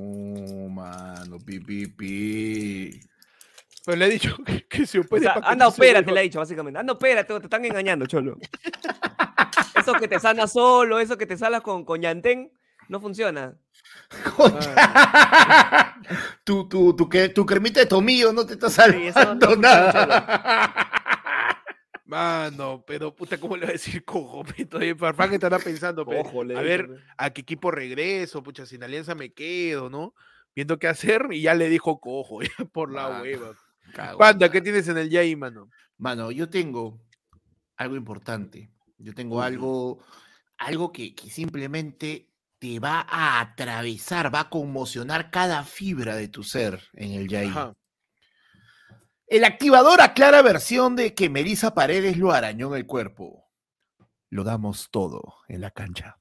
B: mano, pi, pi, pi.
A: Pero le he dicho [laughs] que, que se
C: O
A: opere
C: sea,
A: pa' que
C: anda,
A: no se
C: opérate,
A: vuelva-
C: le ha dicho, básicamente. Anda, opérate, te están engañando, [laughs] cholo. Eso que te sanas solo, eso que te salas con, con Yantén, no funciona.
A: Ah.
B: [laughs] tu, tu, tu, que, tu cremita de tomillo no te está
C: Ah. Sí,
A: [laughs]
C: eso no
B: salvando
C: funciona,
B: nada.
A: Mano, ¡Ah, pero puta, ¿cómo le va a decir cojo? pe? Todavía Farfán estará pensando, pe,
C: Ojo, le
A: a
C: dijo,
A: ver,
C: ¿no?
A: ¿a qué equipo regreso? Pucha, sin alianza me quedo, ¿no? Viendo qué hacer y ya le dijo cojo, [laughs] ya por la
C: Ah,
B: Mano,
A: hueva.
B: Cago.
A: Panda, ¿qué tienes en el Yay, mano?
B: Mano, yo tengo algo importante. Yo tengo algo, algo que, que simplemente te va a atravesar, va a conmocionar cada fibra de tu ser en el Yair.
A: Ajá.
B: El activador aclara versión de que Melissa Paredes lo arañó en el cuerpo. Lo damos todo en la cancha.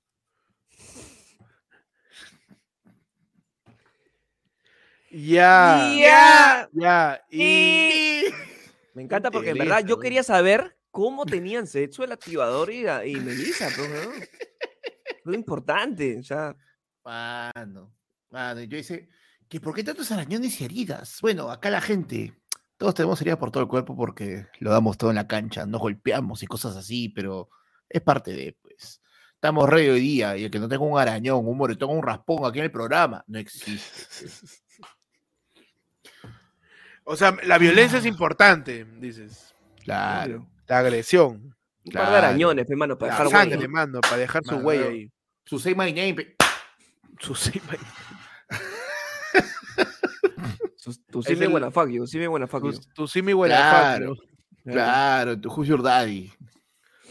A: Ya.
C: Ya.
A: Ya. Y.
C: Y- Me encanta porque en verdad
B: Interesa,
C: yo
B: weón.
C: quería saber cómo tenían sexo el activador y, la- y Melissa. pues, weón. lo importante. O sea,
B: Mano, mano, y yo hice, ¿que ¿por qué tantos arañones y heridas? Bueno, acá la gente, todos tenemos heridas por todo el cuerpo porque lo damos todo en la cancha, nos golpeamos y cosas así, pero es parte de, pues. Estamos re hoy día y el que no tenga un arañón, un moretón, un raspón aquí en el programa, no existe.
A: O sea, la violencia
C: Ah.
A: es importante, dices.
B: Claro.
A: La agresión.
C: un par de
B: Claro.
C: arañones, hermano, para
A: La
C: dejar
A: sangre,
C: huella.
A: mano, para dejar su
B: Mano,
A: huella
B: claro.
A: ahí.
B: Su say my name. pe-
A: Su cima. pues,
C: Sus- Tu
A: Es
C: sí me
A: el-
C: wanna fuck you, sí me wanna fuck you.
A: Tu, tu simi buena
B: Claro.
A: fuck,
B: Claro, tu who's your daddy.
A: ¿no?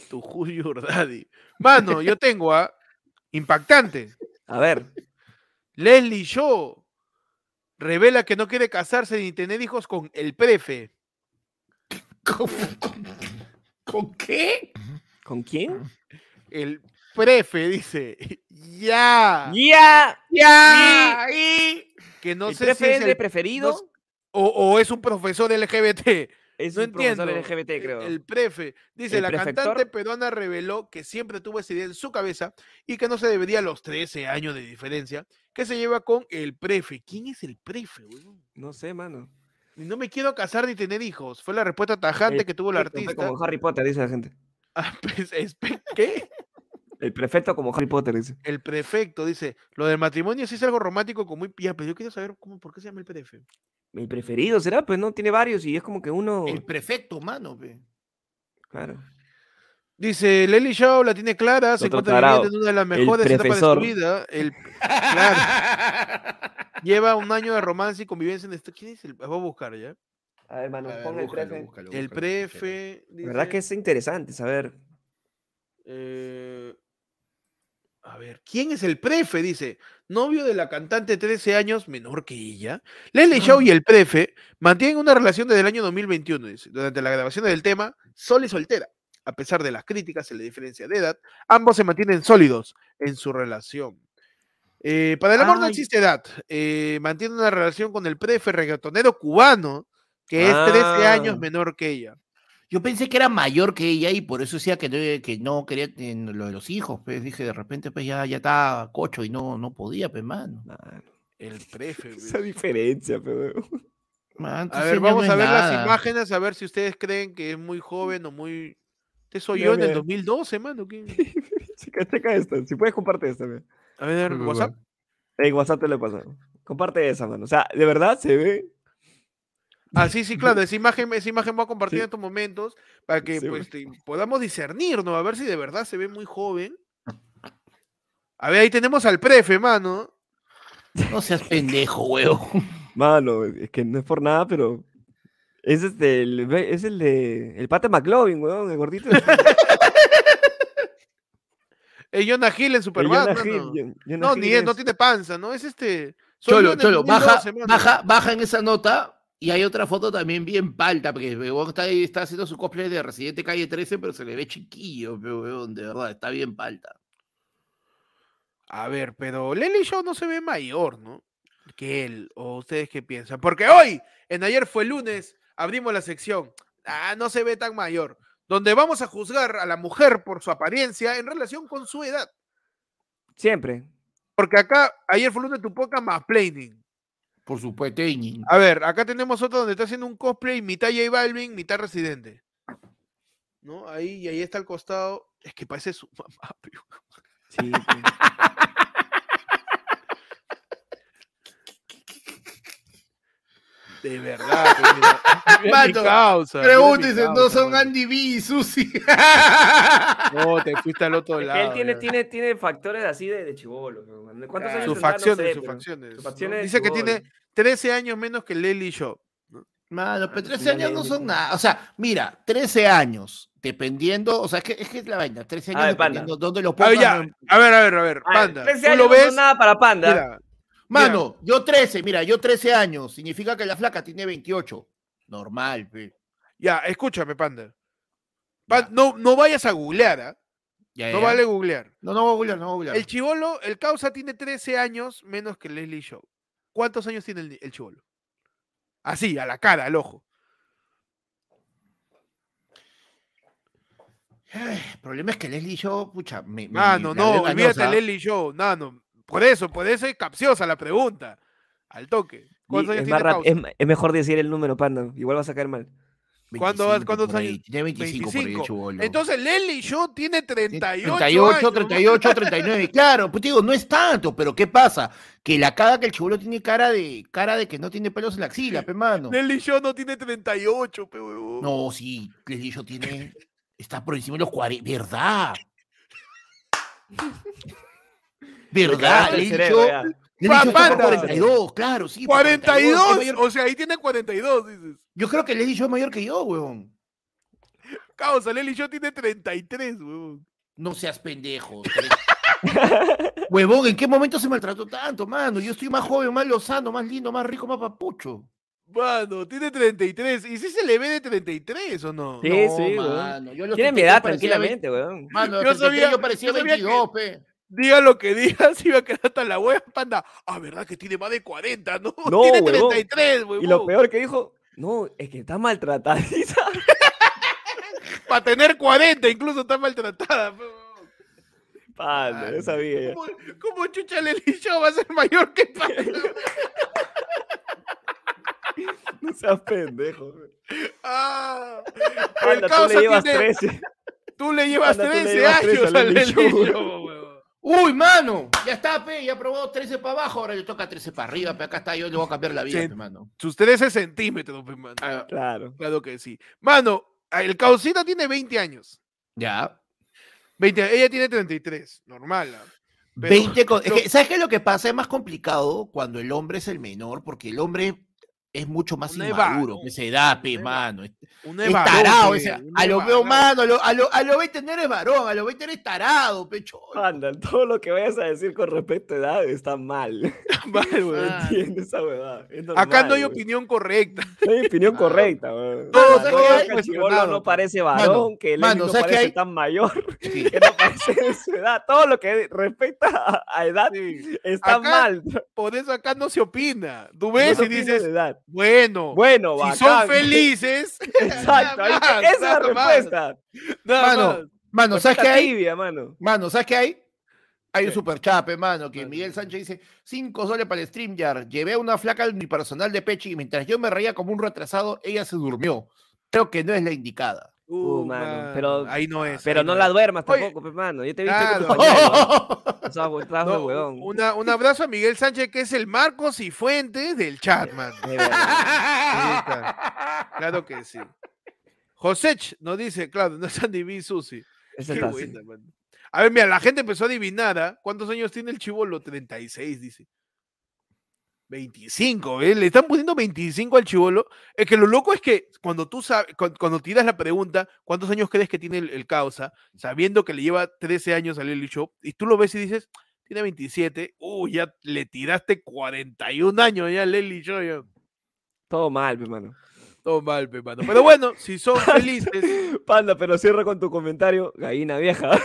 A: Tu Julio Daddy. Mano, yo tengo a impactante.
C: A ver,
A: Leslie Shaw revela que no quiere casarse ni tener hijos con el prefe.
B: ¿Con, qué?
C: ¿con quién?
A: El prefe dice, ya,
C: ¡Ya!
A: ya, y- que Ah. no
C: el
A: sé si es
C: preferente
A: el-
C: preferido
A: no sé- o, o es un profesor LGBT.
C: es
A: no
C: un profesor
A: entiendo.
C: LGBT, creo.
A: El prefe. Dice,
C: El
A: la
C: prefector.
A: cantante peruana reveló que siempre tuvo esa idea en su cabeza y que no se debería a los 13 años de diferencia que se lleva con el prefe. ¿Quién es el prefe, huevón?
C: No sé, mano.
A: Y No me quiero casar ni tener hijos. Fue la respuesta tajante
C: El
A: que tuvo el
C: Perfecto, fue
A: artista.
C: Como Harry Potter, dice la gente.
A: [laughs] Ah, pues, espe- ¿Qué?
C: El prefecto como Harry Potter, dice.
A: El prefecto dice, lo del matrimonio sí es algo romántico como muy ya, pero yo quiero saber cómo, por qué se llama el prefe.
C: El preferido será, pues no, tiene varios y es como que uno.
B: El prefecto, mano. pe.
C: Claro.
A: Dice, Lely Shaw la tiene clara, se
C: Otro
A: encuentra viviendo
C: tarao.
A: en una de las
C: El
A: mejores etapas de su
C: prefesor.
A: vida. El-
C: [laughs]
A: claro. Lleva un año de romance y convivencia en esto. ¿Quién es el? Voy a buscar ya.
C: A ver, mano,
B: A ver,
C: ponga el
B: búscalo,
C: prefe.
B: búscalo,
A: El
B: búscalo, chévere.
A: prefe.
C: La verdad que es interesante saber.
A: Eh, a ver, ¿quién es el prefe? Dice, novio de la cantante 13 años menor que ella. Lele Shaw y el prefe mantienen una relación desde el año 2021. Dice, durante la grabación del tema, Sol y soltera. A pesar de las críticas y la diferencia de edad, ambos se mantienen sólidos en su relación. Eh, para el amor no
B: Ay.
A: existe edad. Eh, mantiene una relación con el prefe reggaetonero cubano, que es 13 años
C: Ah.
A: menor que ella.
B: Yo pensé que era mayor que ella y por eso decía que no, que no quería tener lo de los hijos. Pues dije, de repente, pues ya, ya estaba cocho y no, no podía, pues, mano.
C: Mano,
A: El prefe. pues.
C: [laughs] esa diferencia, pero.
B: Man,
A: A
B: entonces
A: ver,
B: no-
A: vamos
B: no
A: a
B: es
A: ver las
B: nada.
A: imágenes, a ver si ustedes creen que es muy joven o muy. Te soy
C: Ya,
A: yo en el
C: mira.
A: 2012, mano. ¿qué?
C: [laughs]
B: [laughs]
C: Checa, checa esta. Si puedes, comparte esta. ve.
A: A ver,
B: Uy, uy, uy.
A: WhatsApp.
C: En WhatsApp te lo he pasado. Comparte esa, mano. O sea, de verdad se ve.
A: Ah, sí, sí, claro, esa imagen, esa imagen voy a compartir
C: Sí.
A: en estos momentos para que
C: Sí,
A: pues, te- podamos discernir, ¿no? A ver si de verdad se ve muy joven. A ver, ahí tenemos al prefe, mano.
B: No seas pendejo, huevón.
C: Mano, es que no es por nada, pero. Es este, el, ve- es el de. El pata McLovin, weón, el gordito.
A: [laughs]
C: de-
A: Es Jonah Hill en
C: el
A: Superman,
C: Jonah
A: mano.
C: Hill, Jon- Jonah
A: No,
C: Hill
A: ni él,
C: es-
A: no tiene panza, ¿no? Es este. soy yo
B: Cholo,
A: en el
B: cholo, baja,
A: 2012, mano.
B: baja, baja en esa nota. Y hay otra foto también bien palta, porque el huevón está, ahí- está haciendo su cosplay de Residente Calle 13, pero se le ve chiquillo, pe, huevón, de verdad, está bien palta.
A: A ver, pero Lely Show no se ve mayor, ¿no? Que él, o ustedes qué piensan. Porque hoy, en ayer fue lunes, abrimos la sección. Ah, no se ve tan mayor. Donde vamos a juzgar a la mujer por su apariencia en relación con su edad.
C: Siempre.
A: Porque acá, ayer fue lunes tu poca más planning.
B: Por supuesto, ñi.
A: A ver, acá tenemos otro donde está haciendo un cosplay mitad J Balvin, mitad Residente. ¿No? Ahí, y ahí está al costado. Es que parece su [laughs] mamá, pe. [laughs]
C: Sí, pe.
A: De verdad, [laughs] pe, mira. Mira mi
B: Mano,
A: causa, mira mi
B: Pregúntese, no
A: causa,
B: son
A: mano.
B: Andy B y Susi. [laughs]
A: No, te fuiste al [laughs] otro
C: Es
A: lado.
C: que él tiene,
A: ya.
C: tiene, tiene factores así de, de chivolo. ¿Cuántos
B: Claro.
C: años
A: sus
C: tendrá? No
A: facciones,
C: sé,
A: sus
C: pero-
A: facciones.
C: sus
A: ¿no?
C: facciones de
A: Dice que tiene
C: chibolo.
A: 13 años menos que Lely Shaw.
B: Mano, pero 13
C: ya
B: años
C: le-
B: no
C: le-
B: son nada. O sea, mira, 13 años, dependiendo, o sea, es que es, que es la vaina, 13
C: A
B: años
C: ver, pana.
B: dependiendo dónde lo
A: A ver,
B: pongas.
A: Ah, ya,
B: no-
A: a ver, a ver, a ver,
C: Ah,
A: Panda.
C: 13
A: ¿Tú
C: años
A: lo
C: no son
A: ves?
C: nada para Panda.
A: Mira,
B: Mano, yo 13, mira, yo 13 años, significa que la flaca tiene 28. Normal, pe.
A: ya, escúchame, Panda. Pan- no, no vayas a googlear, ¿ah?
B: Ya,
A: No
B: ya.
A: vale googlear.
B: No, no voy a googlear, no voy a googlear.
A: El chivolo, el causa tiene 13 años menos que Leslie Shaw. ¿Cuántos años tiene el, ni- el chivolo? Así, a la cara, al ojo.
B: El problema es que Leslie Show, pucha, me. me-
A: Mano,
B: me- la
A: Ah, no,
B: veo
A: olvídate
B: engañosa.
A: Lely Show. Nano, por eso, por eso es capciosa la pregunta. Al toque. ¿Cuántos
C: Di-
A: años
C: es, más
A: tiene
C: rap-
A: Pausa?
C: es, ma- es mejor decir el número, panda. Igual vas a caer mal.
A: ¿Cuándo vas-
B: 25
A: cuántos
B: por ahí,
A: años?
B: Tiene 25, por
A: 25.
B: ahí, chubolo.
A: Entonces Lely Show tiene 38
B: 38,
A: años,
B: 38, 39. Claro, pues digo, no es tanto, pero ¿qué pasa? Que la caga que el chibolo tiene cara de cara de que no tiene pelos en la axila, pe mano.
A: Lely Show no tiene 38, pe huevón.
B: No, sí, Leslie Show tiene. Está por encima de los 40. ¿Verdad? ¿Verdad?
C: Cagaste el
B: Leslie
C: cerebro,
B: Show-
C: ya.
B: Leslie Show está por
A: Papata.
B: 42, claro, sí. pues, por
A: 42,
B: 42, es mayor-
A: o sea, ahí tiene 42, dices.
B: Yo creo que Leslie Show es mayor que yo, huevón.
A: Causa, Lely Show tiene 33, huevón.
B: No seas pendejo. tre- Huevón, ¿en qué momento se maltrató tanto, mano? Yo estoy más joven, más lozano, más lindo, más rico, más papucho.
A: Mano, tiene 33. ¿Y si se le ve de 33 o no?
C: Sí,
B: No,
C: sí, weón.
B: mano, yo a los
C: Tiene mi
B: 33 parecía
C: edad tranquilamente, weón.
B: 20. Mano,
A: Yo
B: yo sabía,
A: sabía-
B: yo parecía
A: yo sabía que-
B: 22, pe.
A: Diga lo que diga, [laughs] se iba a quedar hasta la hueva, panda. Ah, ¿verdad que tiene más de 40, no?
C: No,
A: [laughs] tiene
C: huevón.
A: 33, huevón.
C: Y lo peor que dijo, no, es que está [laughs] maltratadiza.
A: Para tener 40, incluso está maltratada. pe, huevón. Ah,
C: Panda, yo sabía ya.
A: ¿Cómo, cómo chucha Lely Show va a ser mayor
C: [laughs]
A: que Panda?
C: No seas pendejo. weón.
A: Ah, el
C: Panda, tú
A: causa
C: le llevas
A: tiene-
C: 13.
A: Tú le llevas
C: Anda, tú le
A: 13
C: llevas 13
A: años
C: a
A: a
C: Lely
A: Lely
C: Show,
A: Show,
C: huevón.
A: huevón.
B: Uy, mano, ya está, pe, ya probó 13 para abajo, ahora le toca 13 para arriba, pe, acá está, yo le voy a cambiar la vida,
A: Sí.
B: pe, mano.
A: Sus 13 centímetros, pe, pues, mano.
B: Ah,
C: [laughs] Claro.
A: Claro que sí. Mano, ah, el Causita tiene 20 años.
B: ya.
A: 20, ella tiene 33, normal. ¿ah? Pero-
B: 20 con- es
A: pero-
B: que, ¿Sabes qué es lo que pasa? Es más complicado cuando el hombre es el menor, porque el hombre es mucho más
A: Una edad,
B: inmaduro,
A: ¿no?
B: que se da, pe,
A: Una edad.
B: mano. Es,
A: Un
B: es
A: varón,
B: tarado,
A: pe,
B: o sea,
A: un
B: a lo veo
A: varón. [laughs]
B: mano, a lo, a, lo, a lo 20 no eres varón, a lo 20 eres tarado, pecho.
C: Panda, todo lo que vayas a decir con respecto a edad está mal. [laughs]
A: Mal, weón.
B: Ah,
C: ¿Entiendes esa huevada? Es
A: Acá
C: normal,
A: no hay
C: weón.
A: opinión
C: [laughs]
A: correcta.
C: No hay opinión
B: Ah.
C: correcta, weón.
A: Todo-
C: Mano,
B: todo
C: que
B: es
C: el
A: cuestionado,
C: chibolo
A: mano.
C: no parece varón, que el
B: mano,
C: no
B: ¿sabes qué
C: parece
B: hay?
C: tan mayor,
B: Sí.
C: que no parece de su edad. Todo lo que respecta a, a edad
A: Sí.
C: está
A: Acá
C: mal.
A: Por eso acá no se opina. Tú
C: No
A: ves y
C: opino
A: dices,
C: de edad.
A: bueno,
C: Bueno,
A: si son
C: [laughs] bacán.
A: felices.
C: Exacto, ahí está.
A: nada
C: esa
A: más,
C: es la
A: nada más.
C: respuesta.
A: Nada
B: Mano,
A: más.
B: Mano, ¿sabes qué
C: Está
B: hay?
C: tibia, mano.
B: Mano, ¿sabes qué hay? Hay un
A: ¿Qué?
B: superchape, mano, que
A: Mano.
B: Miguel Sánchez dice, cinco soles para el StreamYard, llevé a una flaca al unipersonal de Pechi y mientras yo me reía como un retrasado, ella se durmió. Creo que no es la indicada.
A: [laughs]
C: Uh, mano, pero-
A: ahí no es.
C: Pero
A: ahí
C: no la duermas
A: Oye,
C: tampoco, pe, mano. Yo te vi con tu
A: claro.
C: pañal,
A: [laughs]
C: weón.
B: [laughs]
C: O sea, vos estás de
A: No,
C: huevón.
A: una- un abrazo a Miguel Sánchez, que es el Marcos y Fuentes del chat, mano. [laughs]
C: De verdad.
A: Sí, claro. Claro que sí. Josech nos dice, claro, no es Andy B. Susi.
C: Esa
A: Qué
C: está así.
A: buena, mano. A ver, mira, la gente empezó a adivinar, ¿ah? ¿Cuántos años tiene el chivolo? 36, dice. 25, ¿eh? Le están poniendo 25 al chivolo. Es que lo loco es que cuando tú sabes, cu- cuando, tiras la pregunta, ¿cuántos años crees que tiene el, el causa? Sabiendo que le lleva 13 años al Lily Show, y tú lo ves y dices, tiene 27, uy, ya le tiraste 41 años ya al Lily Show. ya.
C: Todo mal, pe, mano.
A: Todo mal, pe, mano. Pero bueno, si son felices.
C: Panda, pero cierra con tu comentario.
A: [laughs]
C: Gallina vieja. [laughs]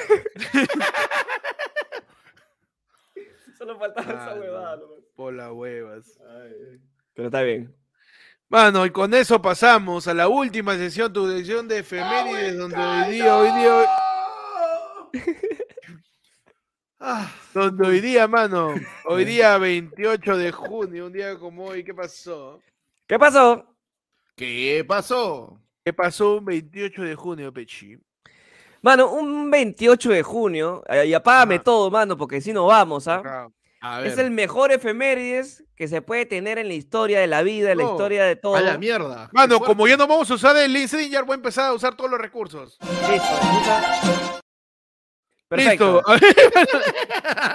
C: Solo faltaba
A: Ah,
C: esa
A: no.
C: huevada, no, mano.
A: Por las huevas.
C: Pero está bien.
A: Bueno, y con eso pasamos a la última sesión, tu sección de
B: Ah,
A: efemérides, donde hoy día, hoy día, hoy- Ah, donde hoy día, mano, hoy día 28 de junio, un día como hoy, ¿qué pasó?
C: ¿Qué pasó?
B: ¿Qué pasó?
A: ¿Qué pasó un 28 de junio, Pechi?
C: Mano, un 28 de junio, eh, y apágame
A: Ajá.
C: todo, mano, porque si no vamos, ¿ah?
A: Ah,
B: A
C: Es
B: ver,
C: el mejor efemérides que se puede tener en la historia de la vida, en la
A: No,
C: historia de todo.
B: Oh, a la mierda. qué
A: Mano,
B: fuerte.
A: como ya no vamos a usar el LinkedIn, ya voy a empezar a usar todos los recursos.
C: Listo, puta. Perfecto.
A: Listo. A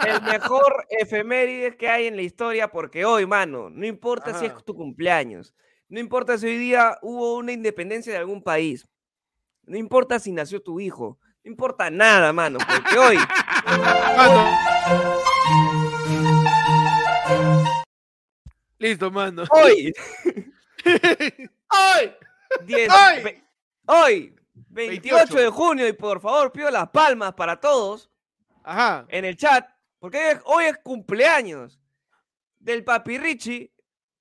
A: ver,
C: El mejor efemérides que hay en la historia, porque hoy, mano, no importa si
A: Ajá.
C: es tu cumpleaños, no importa si hoy día hubo una independencia de algún país, no importa si nació tu hijo, no importa nada, mano, porque
B: [laughs]
C: hoy,
A: mano. Listo, mano.
C: hoy,
B: ¡Ay!
C: 10
A: ¡Ay!
C: ve- hoy, 28,
A: 28.
C: de junio, y por favor pido las palmas para todos
A: Ajá.
C: en el chat, porque hoy es, hoy es cumpleaños del papi Richie,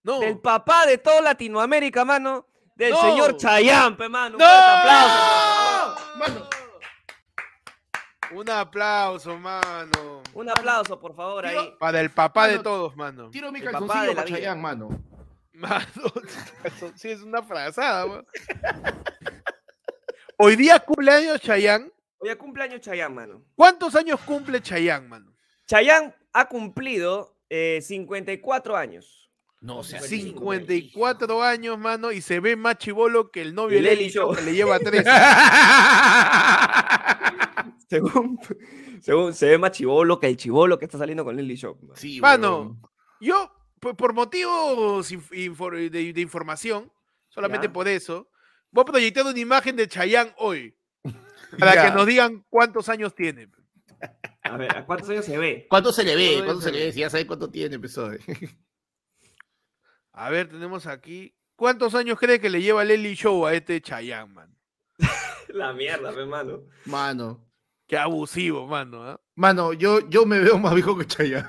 A: No.
C: del papá de toda Latinoamérica, mano, del
A: No.
C: señor Chayampe, mano. Un
A: ¡No!
C: fuerte aplauso.
B: Mano,
F: Un aplauso, mano.
C: Un aplauso, por favor, ahí.
F: Para el papá de
B: Mano,
F: todos, mano.
B: Tiro mi
C: El papá de
B: calzoncillo
C: la
B: para
C: vida.
B: Chayanne, mano.
C: [laughs]
F: Mano, eso sí es una frazada, mano.
A: Hoy día cumpleaños Chayán.
C: Hoy es cumpleaños Chayán, mano.
A: ¿Cuántos años cumple Chayán, mano?
C: Chayán ha cumplido eh, 54 años.
B: No, o sea,
A: 54 años, mano, y se ve más chivolo que el novio
C: El
A: de
C: Eli
A: Eli Show,
C: Show.
A: que le lleva tres.
C: Según, según se ve más chivolo que el chivolo que está saliendo con Lily Shop. mano.
A: [laughs]
B: Sí,
A: Mano.
B: huevón.
A: Yo, por, por motivos inf- infor- de, de información, solamente
C: Ya.
A: por eso, voy a proyectar una imagen de Chayán
C: [laughs]
A: hoy. Para
B: Ya.
A: que nos digan cuántos años tiene.
C: A ver, ¿a cuántos años se ve?
B: ¿Cuánto se le ve?
A: Todo
B: ¿Cuánto
A: eso.
B: se le ve? Si ya sabes cuánto tiene, episodio.
A: [laughs] A ver, tenemos aquí. ¿Cuántos años cree que le lleva el Eli Show a este Chayán, mano?
C: La mierda, hermano.
B: Mano.
A: Qué abusivo, mano. ¿ah?
B: Mano, yo, yo me veo más viejo que
A: [laughs]
B: Chayanne.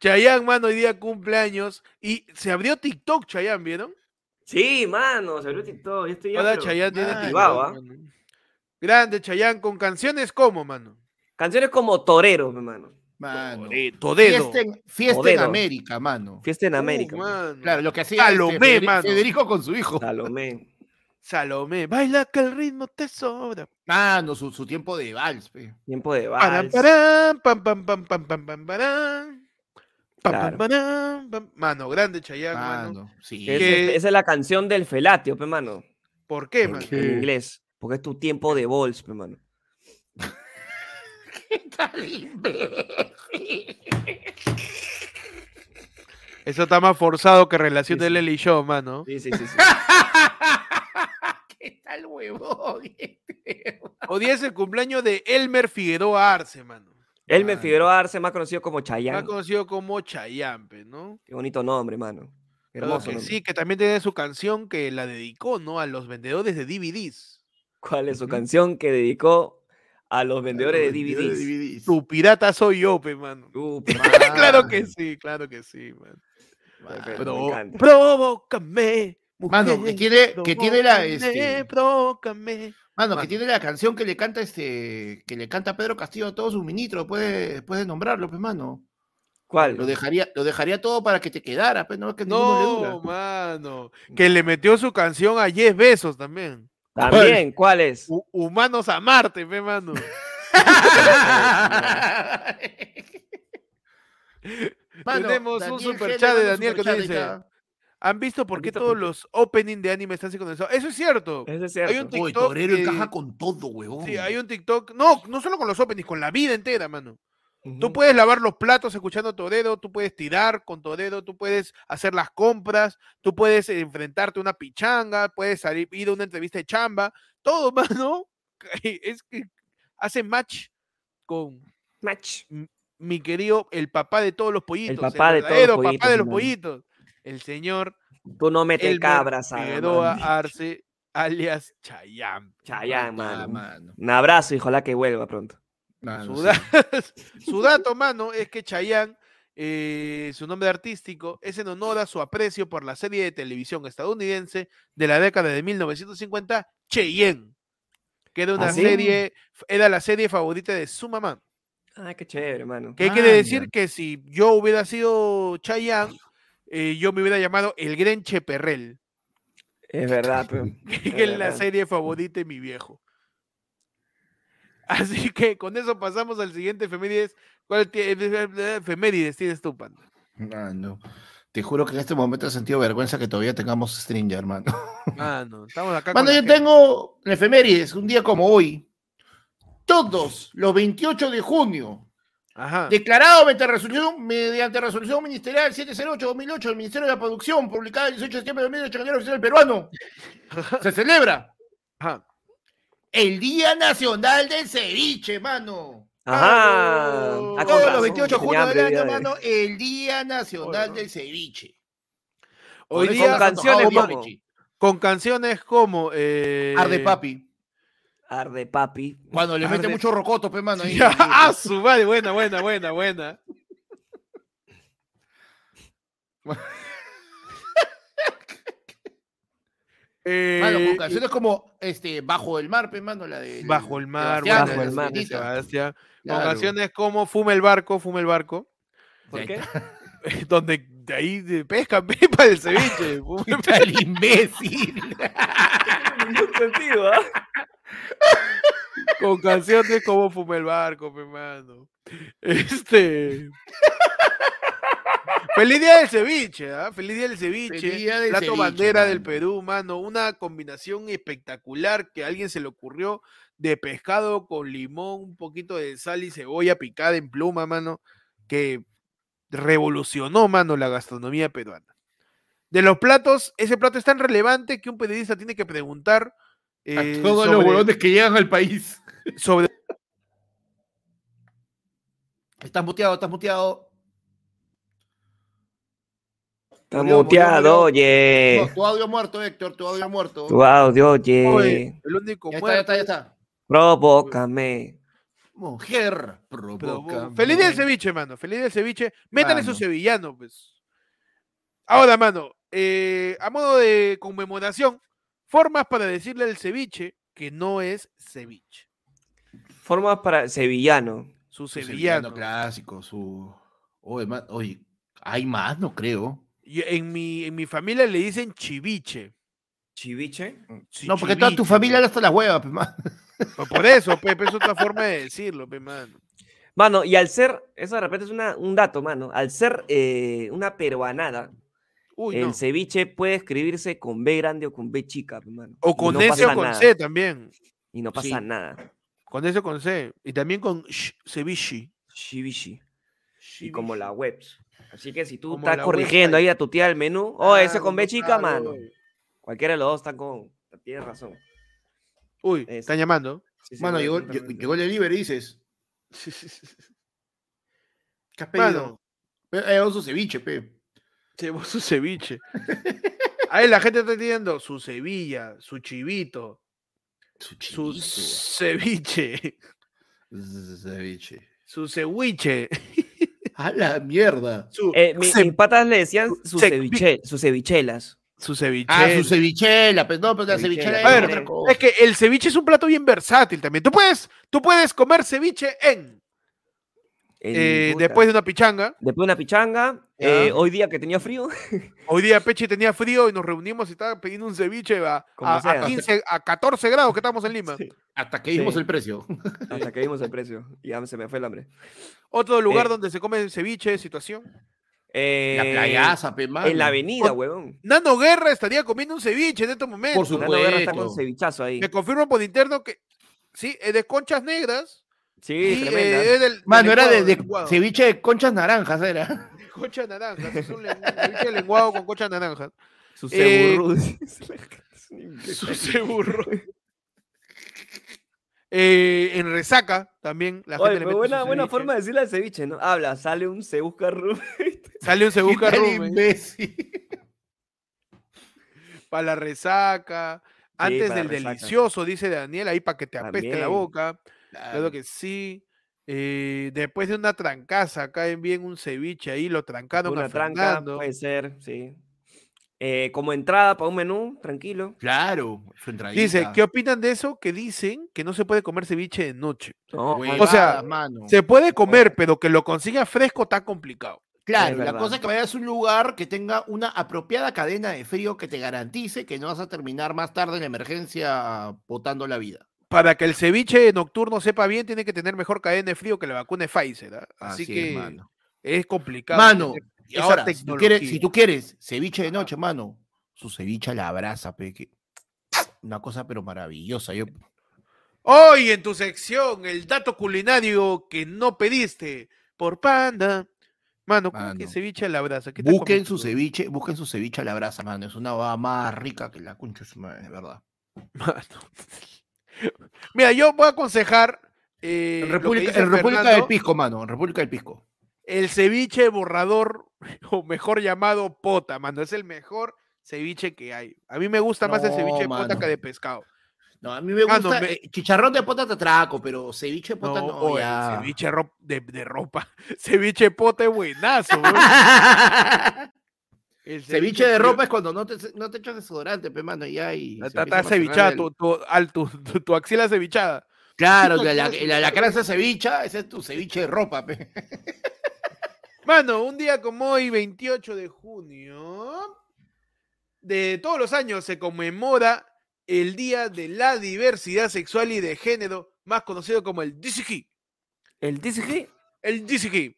A: Chayanne, mano, hoy día cumpleaños. Y se abrió TikTok, Chayanne, ¿vieron?
C: Sí, mano, se abrió TikTok. Yo estoy ya,
A: Ahora
C: pero-
A: Chayanne tiene
B: Ay,
A: TikTok.
C: guau, ¿ah?
A: mano. Grande Chayanne, con canciones como, mano.
C: Canciones como Torero, hermano.
B: Mano.
A: Tore- Todedo.
B: Fiesta en, fiesta en
C: Todedo.
B: América, mano.
C: Fiesta en
A: Uh,
C: América. mano.
A: mano.
B: Claro, lo que hacía
A: Salomé,
B: Federico,
A: mano.
B: Federico con su hijo.
C: Salomé.
A: Salomé, baila que el ritmo te sobra.
B: Mano, su, su tiempo de vals, pe.
C: Tiempo de
A: Param,
C: vals.
A: param, pam, pam, pam, pam, pam, pam, parán. Pam, pam,
C: Claro.
A: parán, pam. Mano, grande Chayanne, mano.
B: Mano, sí.
C: Que es
A: ¿Qué?
C: este- esa es la canción del felatio, pe, mano.
A: ¿Por qué,
B: ¿Por
A: mano?
B: qué?
C: En inglés. Porque es tu tiempo de bols, pe, mano.
B: [laughs]
A: Eso está más forzado que relación
C: Sí,
A: del
C: sí.
A: Eli Show, mano.
C: Sí, sí, sí. sí.
B: ¿Qué tal huevón? este?
A: Hoy día es el cumpleaños de Elmer Figueroa Arce, mano.
C: [laughs] Elmer
B: Mano.
C: Figueroa Arce, más conocido como Chayanne.
A: Ah. Más conocido como Chayampe, ¿no?
C: Qué bonito nombre, mano. Qué
A: Claro
C: Hermoso
A: que
C: nombre.
A: sí, que también tiene su canción que la dedicó, ¿no? A los vendedores de DVDs.
C: ¿Cuál es su
B: Ujú.
C: canción que dedicó a los vendedores de DVDs?
A: Tu pirata soy yo, pe, mano. [laughs]
C: Uh, pe, mano,
A: claro que
B: Mano,
A: sí, claro que sí, mano.
B: mano.
C: Perfecto. me
A: Pro-
C: encanta.
A: provócame. [laughs]
B: Mano, que
A: mujer,
B: tiene, que tiene la
A: provócame,
B: este,
A: provócame.
B: mano, que
A: mano.
B: tiene la canción que le canta este, que le canta Pedro Castillo a todos sus ministros después de, después de nombrarlo, pues mano.
C: ¿Cuál?
B: Lo dejaría, lo dejaría todo para que te quedara, pues no es que ninguno le dura.
A: No, mano. Que le metió su canción a 10 besos también.
C: También, ¿cuál es?
A: Hu- Humanos a Marte, pe, [laughs] mano.
B: [laughs]
A: Tenemos un superchat de
B: Gela manda
A: Daniel que nos
B: superchat, ahí
A: dice,
B: está.
A: ¿Han visto por qué
C: visto
A: todos
C: por qué?
A: los opening de anime están sincronizados? Eso es cierto.
C: Ese es cierto.
A: Hay un
B: Oye,
A: TikTok
B: Torero
A: que-
B: encaja con todo, huevón.
A: Sí, hay un TikTok. No, no solo con los openings, con la vida entera, mano.
C: Ujú.
A: Tú puedes lavar los platos escuchando Toredo, tú puedes tirar con Toredo, tú puedes hacer las compras, tú puedes enfrentarte a una pichanga, puedes salir, ir a una entrevista de chamba. Todo, [laughs] mano, es que hace match con
C: Match.
A: mi querido, el papá de todos los pollitos.
C: papá de todos los
A: verdadero
C: pollitos,
A: papá de los
C: mano.
A: pollitos. El señor
C: Tú no metes
A: Elmer
C: cabras a
A: Figueroa Arce, alias Chayam.
C: Chayanne,
B: Ah,
C: mano.
B: mano,
C: Un abrazo y ojalá que vuelva pronto. Ah,
A: Su,
B: mano, sí.
A: da- [laughs] su dato, mano, es que Chayanne, eh, su nombre artístico, es en honor a su aprecio por la serie de televisión estadounidense de la década de 1950, Cheyenne, que era una
C: ¿Ah, sí?
A: serie, era la serie favorita de su mamá.
C: Ay, Ah, qué chévere, mano.
A: Que quiere decir
B: Manja.
A: que si yo hubiera sido Chayanne, eh, yo me hubiera llamado el Grenche Perrel,
C: Es verdad, pero.
A: que es la serie favorita de mi viejo. Así que con eso pasamos al siguiente efemérides. ¿Cuál tie- eh, efemérides tienes tú, Panda?
B: Mano, Te juro que en este momento he sentido vergüenza que todavía tengamos Stringer, mano.
A: Mano, Ah, estamos acá
B: Mano,
A: con la
B: yo
A: gente.
B: tengo en efemérides, un día como hoy. Todos los 28 de junio
A: Ajá.
B: declarado mediante resolución, mediante resolución ministerial 708-2008 del Ministerio de la Producción, publicada el 18 de septiembre de 2008 en el Diario Oficial del Peruano, se celebra
A: ajá.
B: el Día Nacional del Ceviche, mano.
C: Ajá.
A: Mano,
C: Ah, con
B: Todos los
C: razón,
B: 28 de junio
C: tenía
B: del año,
C: prioridades.
B: mano, el Día Nacional del Ceviche.
A: Hoy
B: Por eso
A: día
B: nos
C: con
B: ha tocado
C: canciones,
B: ceviche.
A: con canciones como. Eh...
B: Arde papi.
C: Arde papi.
B: Cuando le mete
A: arde-
B: mucho rocoto, pe,
A: [laughs]
B: mano. ahí.
A: Ya, ah, su madre, buena, buena, buena, buena.
B: Mano,
A: Eh, Eh,
B: con canciones como este, Bajo el Mar, pe, mano, la de.
A: Bajo el mar,
B: Sebastián,
C: Bajo
A: buena
C: el
A: de
C: mar.
A: Sebastián, Sebastián,
B: Claro.
A: Con
B: [laughs]
A: canciones como Fuma el barco, Fuma el barco, [laughs]
C: ¿Por
B: Ahí
C: qué?
A: donde de ahí de pescan [laughs] pepa del ceviche. Fuma el
B: Puta,
A: [laughs]
B: el imbécil.
C: [laughs] Ningún sentido,
B: [laughs]
C: ¿ah?
A: con canciones como Fuma el barco, mi hermano. Este. Feliz día del ceviche, ¿ah? Feliz día del ceviche.
B: Feliz día del
A: Plato
B: ceviche,
A: bandera del
B: mano.
A: Perú, mano. Una combinación espectacular que a alguien se le ocurrió de pescado con limón, un poquito de sal y cebolla picada en pluma, mano. Que revolucionó, mano, la gastronomía peruana. De los platos, ese plato es tan relevante que un periodista tiene que preguntar. eh,
B: A todos los
A: sobre-
B: huevones que llegan al país.
A: sobre
B: Estás muteado, estás muteado.
C: Está
B: Murió, murió,
C: muteado,
B: murió.
C: oye.
B: No, tu audio muerto, Héctor, tu audio muerto.
C: Eh. Tu audio, oye.
A: Oye, el único
B: Ya está, ya
A: muerto.
B: está, ya está.
C: Provócame.
B: Mujer,
A: Pero bueno,
B: provoca.
A: Feliz día del ceviche, mano. Feliz día del ceviche. Métale su
B: Mano.
A: sevillano, pues. Ahora, mano, eh, a modo de conmemoración, formas para decirle al ceviche que no es ceviche.
C: Formas para sevillano.
A: Su
B: Su
A: sevillano.
B: clásico, su. Oye, ma- oye, hay más, no creo.
A: Yo- en, mi, en mi familia le dicen chiviche.
C: Chiviche.
A: Sí,
B: no, porque toda tu
A: chiviche,
B: familia
A: pe.
B: era hasta las huevas, pe, ma.
A: Pues Por eso, Pepe, es otra forma de decirlo, pe, mano.
C: Mano, y al ser, eso de repente es una- un dato, mano. Al ser eh, una peruanada,
A: Uy,
C: el
A: no.
C: ceviche puede escribirse con B grande o con B chica, mano.
A: O con
C: no
A: S o
C: pasa
A: con
C: nada,
A: C también.
C: Y no pasa
B: Sí.
C: nada.
A: Con S o con C. Y también con sh, ceviche.
C: Chiviche. Y como la web. Así que si tú
A: Como
C: estás
A: la Ah,
C: corrigiendo ahí
A: website.
C: a tu tía del menú, oh, ese
A: Claro,
C: con B
A: no,
C: chica,
A: claro,
C: mano.
A: oye.
C: Cualquiera de los dos está con. Tienes razón.
A: Uy,
C: Es-
A: están
B: [laughs]
A: llamando.
C: Sí, sí,
B: Mano,
C: puede
B: llegó,
C: perfectamente.
B: llegó el delivery, dices. ¿Qué has pedido?
A: Mano,
B: Pe- ha llegado su ceviche, pe.
A: llevó su ceviche. Ahí la gente está teniendo su Sevilla, su chivito,
B: Su
A: su
B: chivito.
A: ceviche, [laughs]
B: Su ceviche.
A: su ceviche,
B: A la mierda.
A: su,
C: Eh, mi-
A: ce-
C: mis patas le decían
A: su
C: sus,
A: sec-
C: ceviche- sus cevichelas.
A: su ceviche.
B: Ah, su cevichela, pe. No, pero la
C: Cevichela.
B: cevichela
A: A
B: es
A: ver,
B: otra cosa.
A: es que el ceviche es un plato bien versátil también. Tú puedes, tú puedes comer ceviche en
C: El-
A: eh,
C: puta.
A: después de una pichanga.
C: Después de una pichanga,
A: Ya.
C: eh, hoy día que tenía frío,
A: Hoy día Pechi tenía frío y nos reunimos y estaba pidiendo un ceviche a,
C: Como
A: a- a
C: sea.
A: 15, a 14 grados que estamos en Lima.
B: Hasta que vimos
C: Sí.
B: el precio.
C: hasta que vimos el precio, y ya se me fue el hambre.
A: Otro lugar
C: Eh.
A: donde se come ceviche, situación.
B: La
C: Eh,
B: playaza, pe, mano.
C: En la avenida,
A: Ot-
C: huevón.
A: Nano Guerra estaría comiendo un ceviche en estos momentos.
B: Por
C: Nano Guerra está con
B: supuesto.
C: cevichazo ahí.
A: Me confirman por interno que sí, es de conchas negras.
C: Sí,
A: y,
C: tremenda.
A: eh, es del, del
B: Mano, era de,
A: lenguado,
B: de
A: del lenguado.
B: ceviche de conchas naranjas, era.
A: Conchas naranjas. Es un lengu- ceviche de lenguado con conchas naranjas.
C: Sus
A: eh,
C: ceburrus. [laughs]
A: [laughs]
C: Es un imbécil.
A: Su ceburro. [laughs] Eh, en resaca también. La
C: Oye,
A: gente le
C: pero
A: mete
C: buena,
A: su
C: buena
A: ceviche.
C: forma de decirle al ceviche, ¿no? Habla, sale un se busca ru-
A: Sale un se busca
B: Qué tal
A: rumen
B: imbécil.
A: para la resaca. Antes
C: para
A: del
C: resaca.
A: delicioso, dice Daniel, ahí para que te apeste la
C: También.
A: boca. Claro que sí. Eh, después de una trancaza, caen bien un ceviche ahí, lo trancaron a
C: Una tranca, pues,
A: Fernando.
C: puede ser, sí. Eh, como entrada para un menú, tranquilo.
B: Claro, su entradita.
A: Dice, ¿qué opinan de eso? Que dicen que no se puede comer ceviche de noche.
C: No,
B: Huevadas,
A: o sea,
B: mano.
A: Se puede comer, pero que lo consiga fresco está complicado.
B: Claro,
C: Es
B: la
C: verdad.
B: cosa es que vayas a un lugar que tenga una apropiada cadena de frío que te garantice que no vas a terminar más tarde en la emergencia botando la vida.
A: Para que el ceviche nocturno sepa bien, tiene que tener mejor cadena de frío que la vacuna de Pfizer. ¿ah? Así, que
B: es,
A: es,
B: mano.
A: complicado.
B: Mano,
A: tener-
B: y
A: esa
B: ahora, si tú, quieres, si
A: tecnología.
B: tú quieres ceviche de noche, mano, su ceviche a la abraza, pe, que- una cosa pero maravillosa. Yo,
A: Hoy en tu sección, el dato culinario que no pediste por panda. Mano, ¿cómo que
B: Mano.
A: ceviche a la brasa? ¿Qué estás
B: busquen
A: comiendo
B: su
A: tú?
B: ceviche, busquen su ceviche a la brasa, mano. Es una baba más rica que la concha, de su madre, de verdad.
A: Mano. [laughs] Mira, yo voy a aconsejar. eh,
B: En
A: lo que
B: República,
A: dice
B: en República del
A: Fernando,
B: Pisco, mano, en República del Pisco.
A: El ceviche borrador, [laughs] o mejor llamado pota, mano, es el mejor ceviche que hay. A mí me gusta más el
B: No,
A: ceviche de pota
B: mano.
A: que de pescado.
B: No, a mí me
A: Ah,
B: gusta
A: no, me-
B: eh, chicharrón de pota te atraco, pero ceviche de
A: No,
B: pota no,
A: o el
B: ya.
A: ceviche ro- [laughs] de, de ropa. Ceviche de pota es buenazo, weón. El
B: [laughs] Ceviche de
A: frío.
B: ropa es cuando no te, no te echas desodorante, pe mano, y ya y.
C: Está-
B: se
A: Está,
B: empieza
A: está
B: a pasar
A: cevichada,
B: el-
A: tu, tu, al- tu, tu- tu axila cevichada.
B: Claro, la, la, la lacranza cevicha, ese es tu ceviche de ropa, pe.
A: Mano, un día como hoy, 28 de junio, de todos los años se conmemora el Día de la Diversidad Sexual y de Género, más conocido como el DCG.
C: El DCG.
A: El DCG.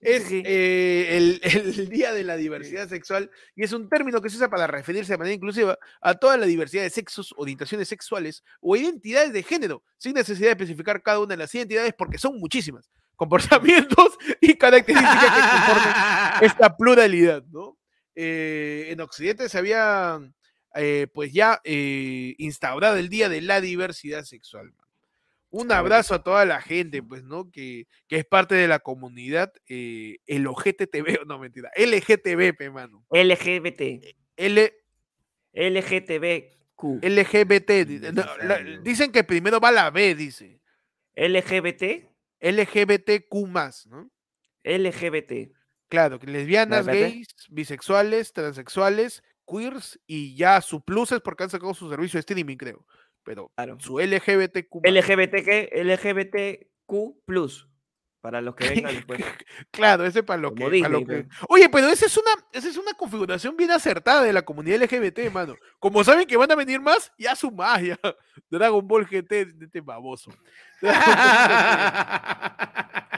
A: Es
C: DCG.
A: eh, el, el [laughs] Día de la Diversidad Sexual y es un término que se usa para referirse de manera inclusiva a toda la diversidad de sexos, orientaciones sexuales o identidades de género, sin necesidad de especificar cada una de las identidades porque son muchísimas, comportamientos [laughs] y características que conforman
B: [laughs]
A: esta pluralidad, ¿no? Eh, en Occidente se había, eh, pues ya, eh, instaurado el Día de la Diversidad Sexual. man. Un abrazo a toda la gente, pues, ¿no? Que, que es parte de la comunidad eh, el LGTB, [laughs] no, mentira, LGTB, pe, mano.
C: LGBT.
A: L,
C: LGTBQ.
A: LGBT. di- no, la-
B: Innecesario.
A: dicen que primero va la B, dice.
C: LGBT.
A: LGBTQ más, ¿no?
C: LGBT.
A: Claro, que lesbianas,
C: espérate.
A: gays, bisexuales, transexuales, queers y ya su plus es porque han sacado su servicio de streaming, creo. Pero
C: Claro.
A: su LGBTQ.
C: LGBT que LGBTQ plus. Para los que
A: [laughs]
C: vengan después.
A: [laughs] Claro, ese para lo, que,
C: Como
A: pa' lo
C: Disney,
A: que-
C: pe.
A: Oye, pero esa es, una, esa es una configuración bien acertada de la comunidad LGBT, mano. Como saben que van a venir más, ya su magia. [laughs] Dragon Ball GT, de este baboso. [laughs]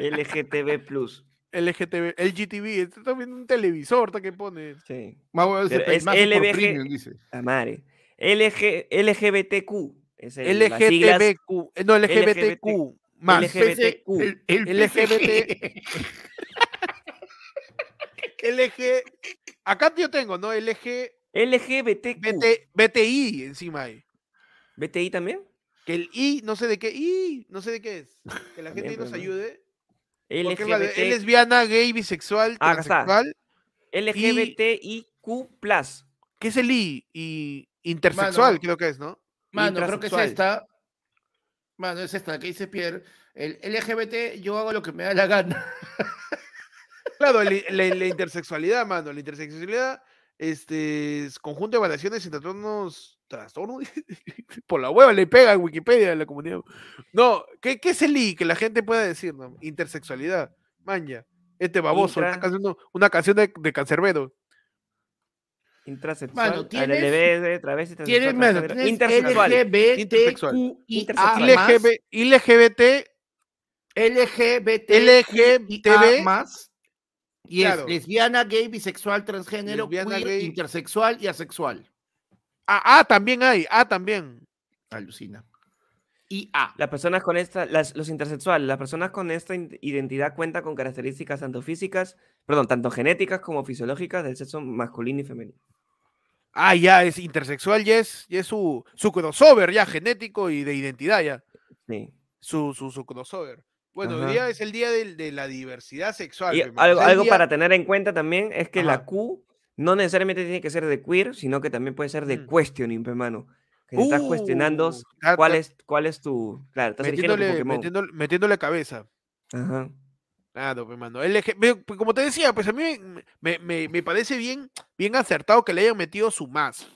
C: LGTB plus.
A: LGTB, LGTB, este también un televisor ¿tá? que pone.
C: Sí.
B: Más huevón, ese
C: Pero
B: pe,
C: es
B: más por
C: LBG.
B: premium, dice.
C: La madre. LG, LGBTQ. Es el- las siglas.
A: LGTBQ, eh, no, LGBTQ, más.
C: LGBTQ.
B: Ese- El, el
A: LGBT.
B: PCG.
A: LG. Acá yo tengo, ¿no? LG,
C: LGBTQ.
A: BT, BTI encima ahí.
C: BTI también.
A: Que el I, no sé de qué, I, no sé de qué
C: [laughs]
A: es. Que la gente
C: También,
A: ahí nos
C: pues, ¿no?
A: ayude. Porque es la de- es
C: LGBT,
A: lesbiana, gay, bisexual,
C: Ah, acá está.
A: transexual.
C: LGBTIQ plus.
A: ¿Qué es el I? Y intersexual,
B: Mano.
A: creo que es, ¿no?
B: [laughs] Mano, creo que es
A: Intrasexual.
B: esta. Mano, es esta que dice Pierre. El LGBT, yo hago lo que me da la gana.
A: Claro, la, la- la intersexualidad, mano. La intersexualidad este, es conjunto de variaciones y trastornos. ¿Trastornos? [laughs] Por la hueva le pega en Wikipedia a la comunidad. No, ¿qué, qué es el I que la gente pueda decir? no? Intersexualidad. Maña. Este baboso. está
C: Intra-
A: haciendo una canción de, de Cancerbero.
C: Intrasexual.
B: Mano, tienes-
C: LGB, travesti,
B: Tienes,
C: transexual,
B: mano,
C: transgénero,
B: tienes
C: intersexual.
B: LGBTQIA+,
A: LGB, LGBT.
B: LGBTQIA+, más. Y es
A: Claro.
B: lesbiana, gay, bisexual, transgénero,
A: Lesbiana,
B: queer,
A: gay.
B: intersexual y asexual.
A: Ah, ah, también hay. Ah, también.
B: Alucina. Y A.
C: Las personas con esta, las- los intersexuales, las personas con esta in- identidad cuentan con características tanto físicas, perdón, tanto genéticas como fisiológicas del sexo masculino y femenino.
A: Ah, ya, es intersexual, ya es, ya es su, su crossover ya genético y de identidad ya.
C: Sí.
A: su, su, su crossover. Bueno, hoy
C: Ajá.
A: día es el día del- de, la diversidad sexual.
C: Y
A: pe, mano.
C: algo,
A: Es el
C: algo
A: día-
C: para tener en cuenta también es que
A: Ajá.
C: la Q no necesariamente tiene que ser de queer, sino que también puede ser de
A: Mm.
C: questioning, pe, mano. Que te estás cuestionando
A: Uh, está-
C: cuál
A: está
C: es, cuál es tu. Claro, estás eligiendo tu
A: metiéndole,
C: Pokémon.
A: metiéndole, metiéndole cabeza.
C: Ajá.
A: Claro, pe, mano. LG ve, pues, como te decía, pues a mí me, me- me- me parece bien, bien acertado que le hayan metido su más.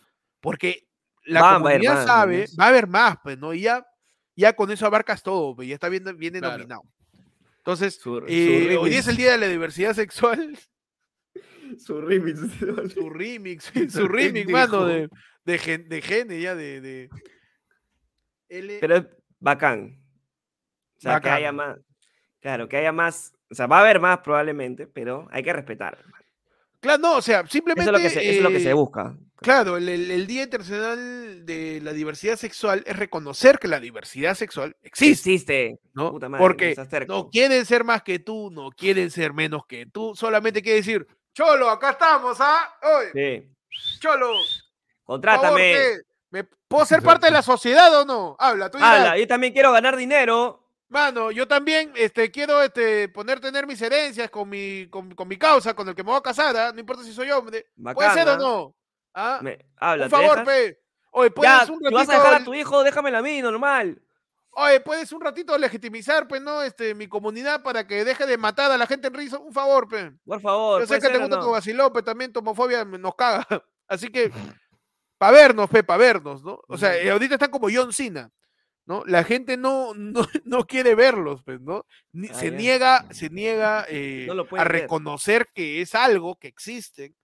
A: Porque la
C: Va a haber
A: comunidad
C: más,
A: sabe,
C: mañas.
A: va a haber más, pues, ¿no? Y ya, ya con eso abarcas todo, pe, ya está bien, bien
B: Claro.
A: denominado. Entonces,
C: Su- su
A: eh, hoy día
C: remix.
A: es el día de la diversidad sexual.
B: Su remix.
A: su
C: [laughs]
A: remix, su remix, mano, de, de, gen- de gene ya, de... de... eh, L-
C: Pero es bacán. O sea, que haya
A: Bacán.
C: más. Claro, que haya más. O sea, va a haber más probablemente, pero hay que respetar.
A: Claro, no, o sea,
C: Eso
A: simplemente...
C: es lo que se, eso es lo que se
A: eh,
C: busca.
A: Claro, el, el- el Día Internacional de la Diversidad Sexual es reconocer que la diversidad sexual existe,
C: Existe.
A: ¿no?
C: Puta madre,
A: Porque
C: nos acerca.
A: no quieren ser más que tú, no quieren ser menos que tú, solamente quiere decir, Cholo, acá estamos, ¿ah? Oye,
C: Sí.
A: Cholo, por favor,
C: Contrátame.
A: ¿qué? ¿Me, ¿puedo ser parte de la sociedad o no? Habla, tú dirás.
C: Habla, yo también quiero ganar dinero.
A: Mano, yo también este, quiero este, poner tener mis herencias con mi, con, con mi causa, con el que me voy a casar, ¿ah? no importa si soy hombre. ¿Puede
C: Bacán,
A: ser o
C: ¿ah?
A: no? ¿Ah?
C: Me- habla,
A: un
C: ¿te
A: favor,
C: dejas?
A: pe. Oye,
C: Ya,
A: ¿puedes un
C: si vas
A: ratito
C: a dejar a
A: el-
C: tu hijo, déjamelo a mí, normal.
A: Oye, puedes un ratito legitimizar, pues, ¿no? Este, mi comunidad para que deje de matar a la gente en risa. Un favor, pues.
C: Por favor.
A: Yo sé
C: ¿puede
A: que te
C: ser o
A: gusta
C: no?
A: tu vacilón, pero también tu homofobia me- nos caga. [laughs] Así que, para vernos, pe, para vernos, ¿no? O sea,
C: Ujú.
A: eh, ahorita están como John Cena, ¿no? La gente no, no, [laughs] no quiere verlos, pues, ¿no? Ni-
C: Ah,
A: se
C: ya.
A: niega, se niega eh,
C: No lo
A: a
C: pueden ver.
A: reconocer que es algo que existe,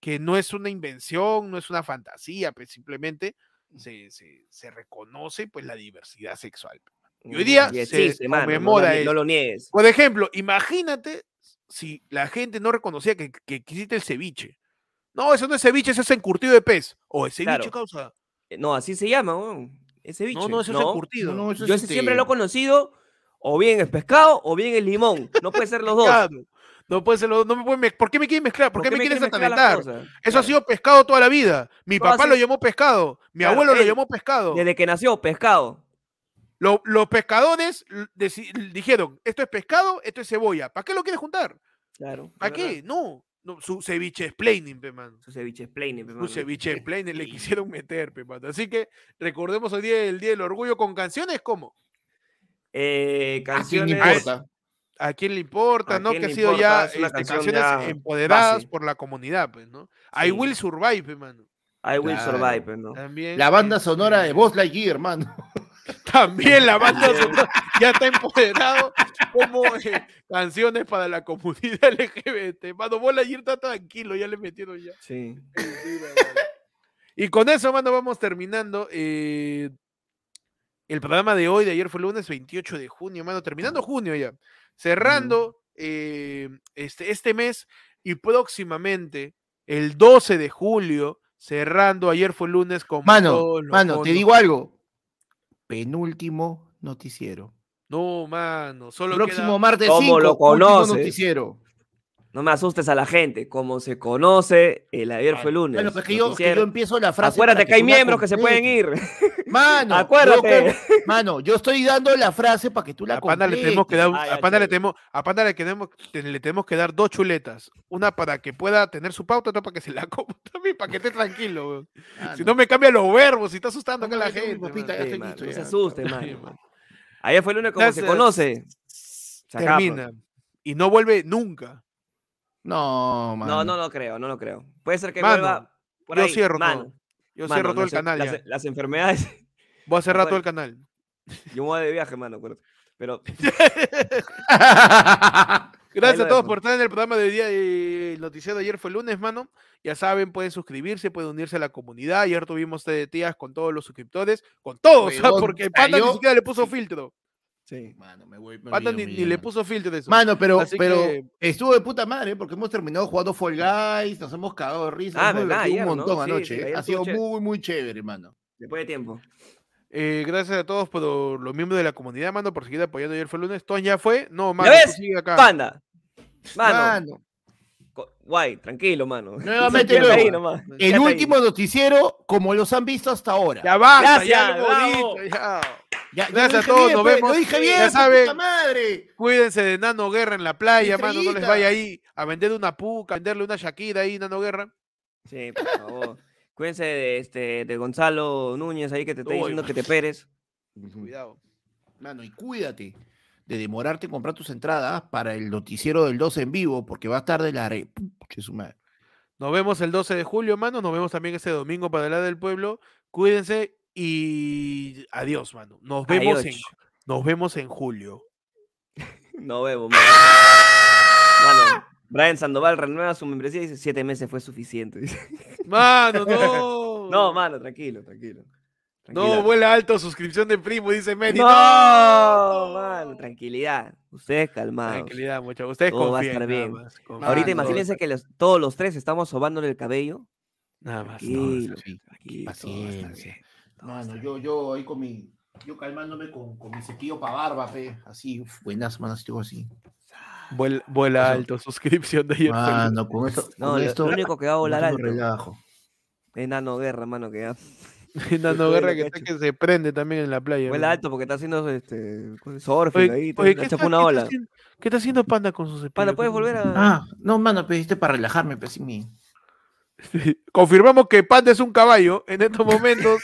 A: que no es una invención, no es una fantasía, pues simplemente
C: Mm.
A: se, se, se reconoce pues la diversidad sexual. Y hoy día
C: Y
A: se
C: existe, mano,
A: conmemora
C: no, lo, nie-
A: eso.
C: no lo niegues.
A: Por ejemplo, imagínate si la gente no reconocía que, que existe el ceviche. No, eso no es ceviche, eso es encurtido de pez. O es ceviche,
C: Claro.
A: causa.
C: Eh, No, así se llama, weón. Ese bicho.
A: No, no, eso es encurtido.
B: No, no, eso
C: Yo
B: es
C: ese siempre
B: este-
C: lo he conocido o bien el pescado o bien el limón. No puede ser
A: [laughs]
C: los dos.
A: Claro. No puede ser, lo- no me pueden mez- ¿Por qué me quieren mezclar? ¿Por, qué, me quieren
C: mezclar las
A: satanetar? Eso
C: cosas?
A: ha
C: Claro.
A: sido pescado toda la vida. Mi
C: No,
A: papá
C: así-
A: lo llamó pescado. Mi
C: Claro,
A: abuelo lo
C: él-
A: llamó pescado.
C: Desde que nació, pescado.
A: Lo- los pescadores l- deci- l- dijeron, esto es pescado, esto es cebolla. ¿Para qué lo quieres juntar?
C: Claro.
A: ¿Para
C: es verdad.
A: qué? No. no, Su ceviche es plaining, pe, mano.
C: Su ceviche es plain, mi
A: Un
C: hermano.
A: ceviche en plane le quisieron meter, pe, mano. Así que recordemos hoy día el Día del Orgullo con canciones como
C: Eh,
A: Ah,
B: ¿A quién
C: canciones.
B: le importa?
A: ¿A quién le importa?
C: ¿A
A: ¿No?
C: quién
A: Que ha
C: le
A: sido
C: importa?
A: ya
C: Es una
A: este,
C: canción
A: canciones
C: ya
A: empoderadas
C: base.
A: por la comunidad, pues, ¿no? I
C: Sí.
A: Will Survive, pe, mano.
C: I will
B: Claro.
C: survive, pues, ¿no?
A: También.
B: La banda
A: este,
B: sonora de Buzz Lightyear, hermano.
A: [laughs] También la banda sonora ya está empoderado como eh, canciones para la comunidad [laughs] LGBT. Mano, bola ayer está tranquilo, ya le metieron ya.
C: Sí.
A: Mentira, mano. Y con eso, mano, vamos terminando. eh, el programa de hoy, de ayer fue lunes 28 de junio, mano, terminando junio ya. Cerrando eh, este, este mes y próximamente, el 12 de julio, cerrando, ayer fue lunes con...
B: Mano,
A: todos los
B: mano, te
A: fondos.
B: digo algo. Penúltimo noticiero.
A: No, mano, solo
B: Próximo
A: queda-
B: martes
C: Como
B: 5,
C: lo
B: último
C: conoces.
B: noticiero.
C: No me asustes a la gente. Como se conoce, el ayer fue lunes.
B: Bueno, pues que yo, que
C: noticiero.
B: yo empiezo la frase. para
C: Acuérdate que hay
B: tú la
C: miembros que se pueden
B: completes.
C: ir.
B: Mano, yo
C: Acuérdate.
B: com- mano, yo estoy dando la frase para que tú la
A: A Panda le tenemos que
B: completes.
A: dar, un-
C: Ah,
A: a
C: ya,
A: Panda le
C: chévere.
A: tenemos, a Panda le tenemos, te- le tenemos que dar dos chuletas, una para que pueda tener su pauta, otra para que se la [laughs] coma también, para que esté tranquilo. weón.
B: Mano,
A: Si no me cambia los verbos, si está asustando
B: no,
A: acá a la
B: Ah, yo tengo mi
A: gente. mano.
B: papita, ya
C: Sí,
B: estoy
C: mano,
B: listo
C: no se
B: ya.
C: asuste,
A: Sí,
C: mano.
A: mano.
C: Ayer fue lunes como
A: Gracias.
C: se conoce. Se acaba.
A: Termina. pues. Y no vuelve nunca.
B: No, mano.
C: No, no lo creo, no lo creo. Puede ser que
A: Mano,
C: vuelva por
A: yo
C: ahí.
A: cierro
C: mano,
A: todo. Yo
C: mano,
A: cierro todo el
C: las en-
A: canal
C: Las,
A: ya.
C: las enfermedades. [laughs]
A: Voy a cerrar
C: acuérdate.
A: todo el canal.
C: Yo me voy de viaje, mano. acuérdate. Pero
A: Gracias a todos
C: dejo.
A: por estar en el programa de día. eh, El noticiero de ayer fue lunes, mano. Ya saben, pueden suscribirse, pueden unirse a la comunidad. Ayer tuvimos de tías con todos los suscriptores, con todos, [laughs] ¿ah?
B: Huevón,
A: porque Panda ni
B: salió-
A: siquiera le puso filtro.
C: sí.
B: [laughs] Mano, me voy, me
A: Panda ni,
B: olvido, me
A: ni
B: olvido,
A: le
B: mano.
A: puso filtro de eso.
B: Mano, pero,
A: Así
B: pero
A: que-
B: estuvo de puta madre, ¿eh? porque hemos terminado jugando Fall Guys, nos hemos cagado de risa,
C: Ah,
B: hemos
C: verdad,
B: divertido un
C: ayer, ¿no?
B: montón
C: Sí,
B: anoche.
C: sí,
B: ¿eh?
C: ayer
B: ha sido
C: estuvo chévere.
B: muy, muy chévere, hermano.
C: Después de tiempo.
A: Eh, gracias a todos por los miembros de la comunidad, mano, por seguir apoyando ayer fue lunes. Ton ya fue. No, mano, tú
C: ves?
A: sigue acá.
C: Panda. Mano,
B: Mano,
C: co- guay, tranquilo, mano.
B: Nuevamente
C: [laughs] Quédate
B: luego.
C: ahí nomás.
B: el
C: Quédate ahí.
B: último noticiero, como los han visto hasta ahora.
A: Ya basta, ya
C: Gracias,
A: lo hemos
C: bravo.
A: dicho, ya.
B: Ya- ya
A: Gracias a
B: lo dije
A: todos,
B: bien,
A: nos
B: pe,
A: vemos.
B: Lo dije
A: Ya
B: bien, ya
A: saben.
B: puta madre.
A: Cuídense de Nano Guerra en la playa, mano. No les
B: Estrellita.
A: vaya ahí a vender una puca, a venderle una Shakira ahí, Nano Guerra.
C: Sí, por favor. Cuídense de, este, de Gonzalo Núñez ahí que te está
A: Uy,
C: diciendo
A: man.
C: que te peres. Mm.
A: Cuidado.
B: Mano, y cuídate de demorarte en comprar tus entradas para el noticiero del 12 en vivo, porque va a estar de la re... Puche su madre.
A: Nos vemos el 12 de julio, mano. Nos vemos también este domingo para el lado del pueblo. Cuídense y adiós, mano. Nos vemos, en,
C: Adiós.
A: nos vemos en julio.
C: No vemos, mano. Mano, Brian Sandoval renueva su membresía y dice siete meses fue suficiente. dice. [laughs]
A: Mano, no.
C: No, mano, tranquilo, tranquilo.
A: No,
C: Tranquila.
A: vuela alto, suscripción de primo, dice Meni.
C: No, mano, tranquilidad. Ustedes calmados.
A: Tranquilidad, muchachos. Ustedes
C: Todo va a
A: confíen.
C: estar
A: nada
C: bien.
A: más, confíen.
C: Ahorita
B: Mano,
C: imagínense que los- todos los tres estamos sobándole el cabello.
A: Nada más.
C: Sí.
A: no.
C: Tranquilo,
B: Sí.
C: Aquí, todo va a estar
B: Paciencia.
C: bien. todo va a
B: Mano,
C: estar
B: yo, yo ahí con mi. Yo calmándome con, con mi cepillo para barba, fe. Así, uf, buenas, manos, estuvo así.
A: Vuela, vuela
B: Eso.
A: alto, [laughs] suscripción de ayer. fue lunes.
B: Mano, con esto.
C: No,
B: con
C: lo,
B: esto,
C: lo único que va a
B: con
C: volar
B: esto me
C: alto
B: relajo.
C: es Nano Guerra, mano, que ya
A: Nando
C: [laughs] Después de
A: Guerra que,
C: lo que ha
A: está
C: hecho.
A: que se prende también en la playa.
C: vuela
A: mano.
C: alto porque está haciendo este, con- surfing
A: Oye, oye,
C: ahí,
A: ¿qué,
C: te- te
A: está,
C: fue una
A: qué está
C: ola.
A: haciendo, qué está haciendo Panda con sus cepillos?
C: Panda, ¿puedes
A: [laughs]
C: volver a...?
B: Ah, no, mano, pediste para relajarme, pero sí, mi.
C: [laughs]
A: Confirmamos que Panda es un caballo en estos momentos.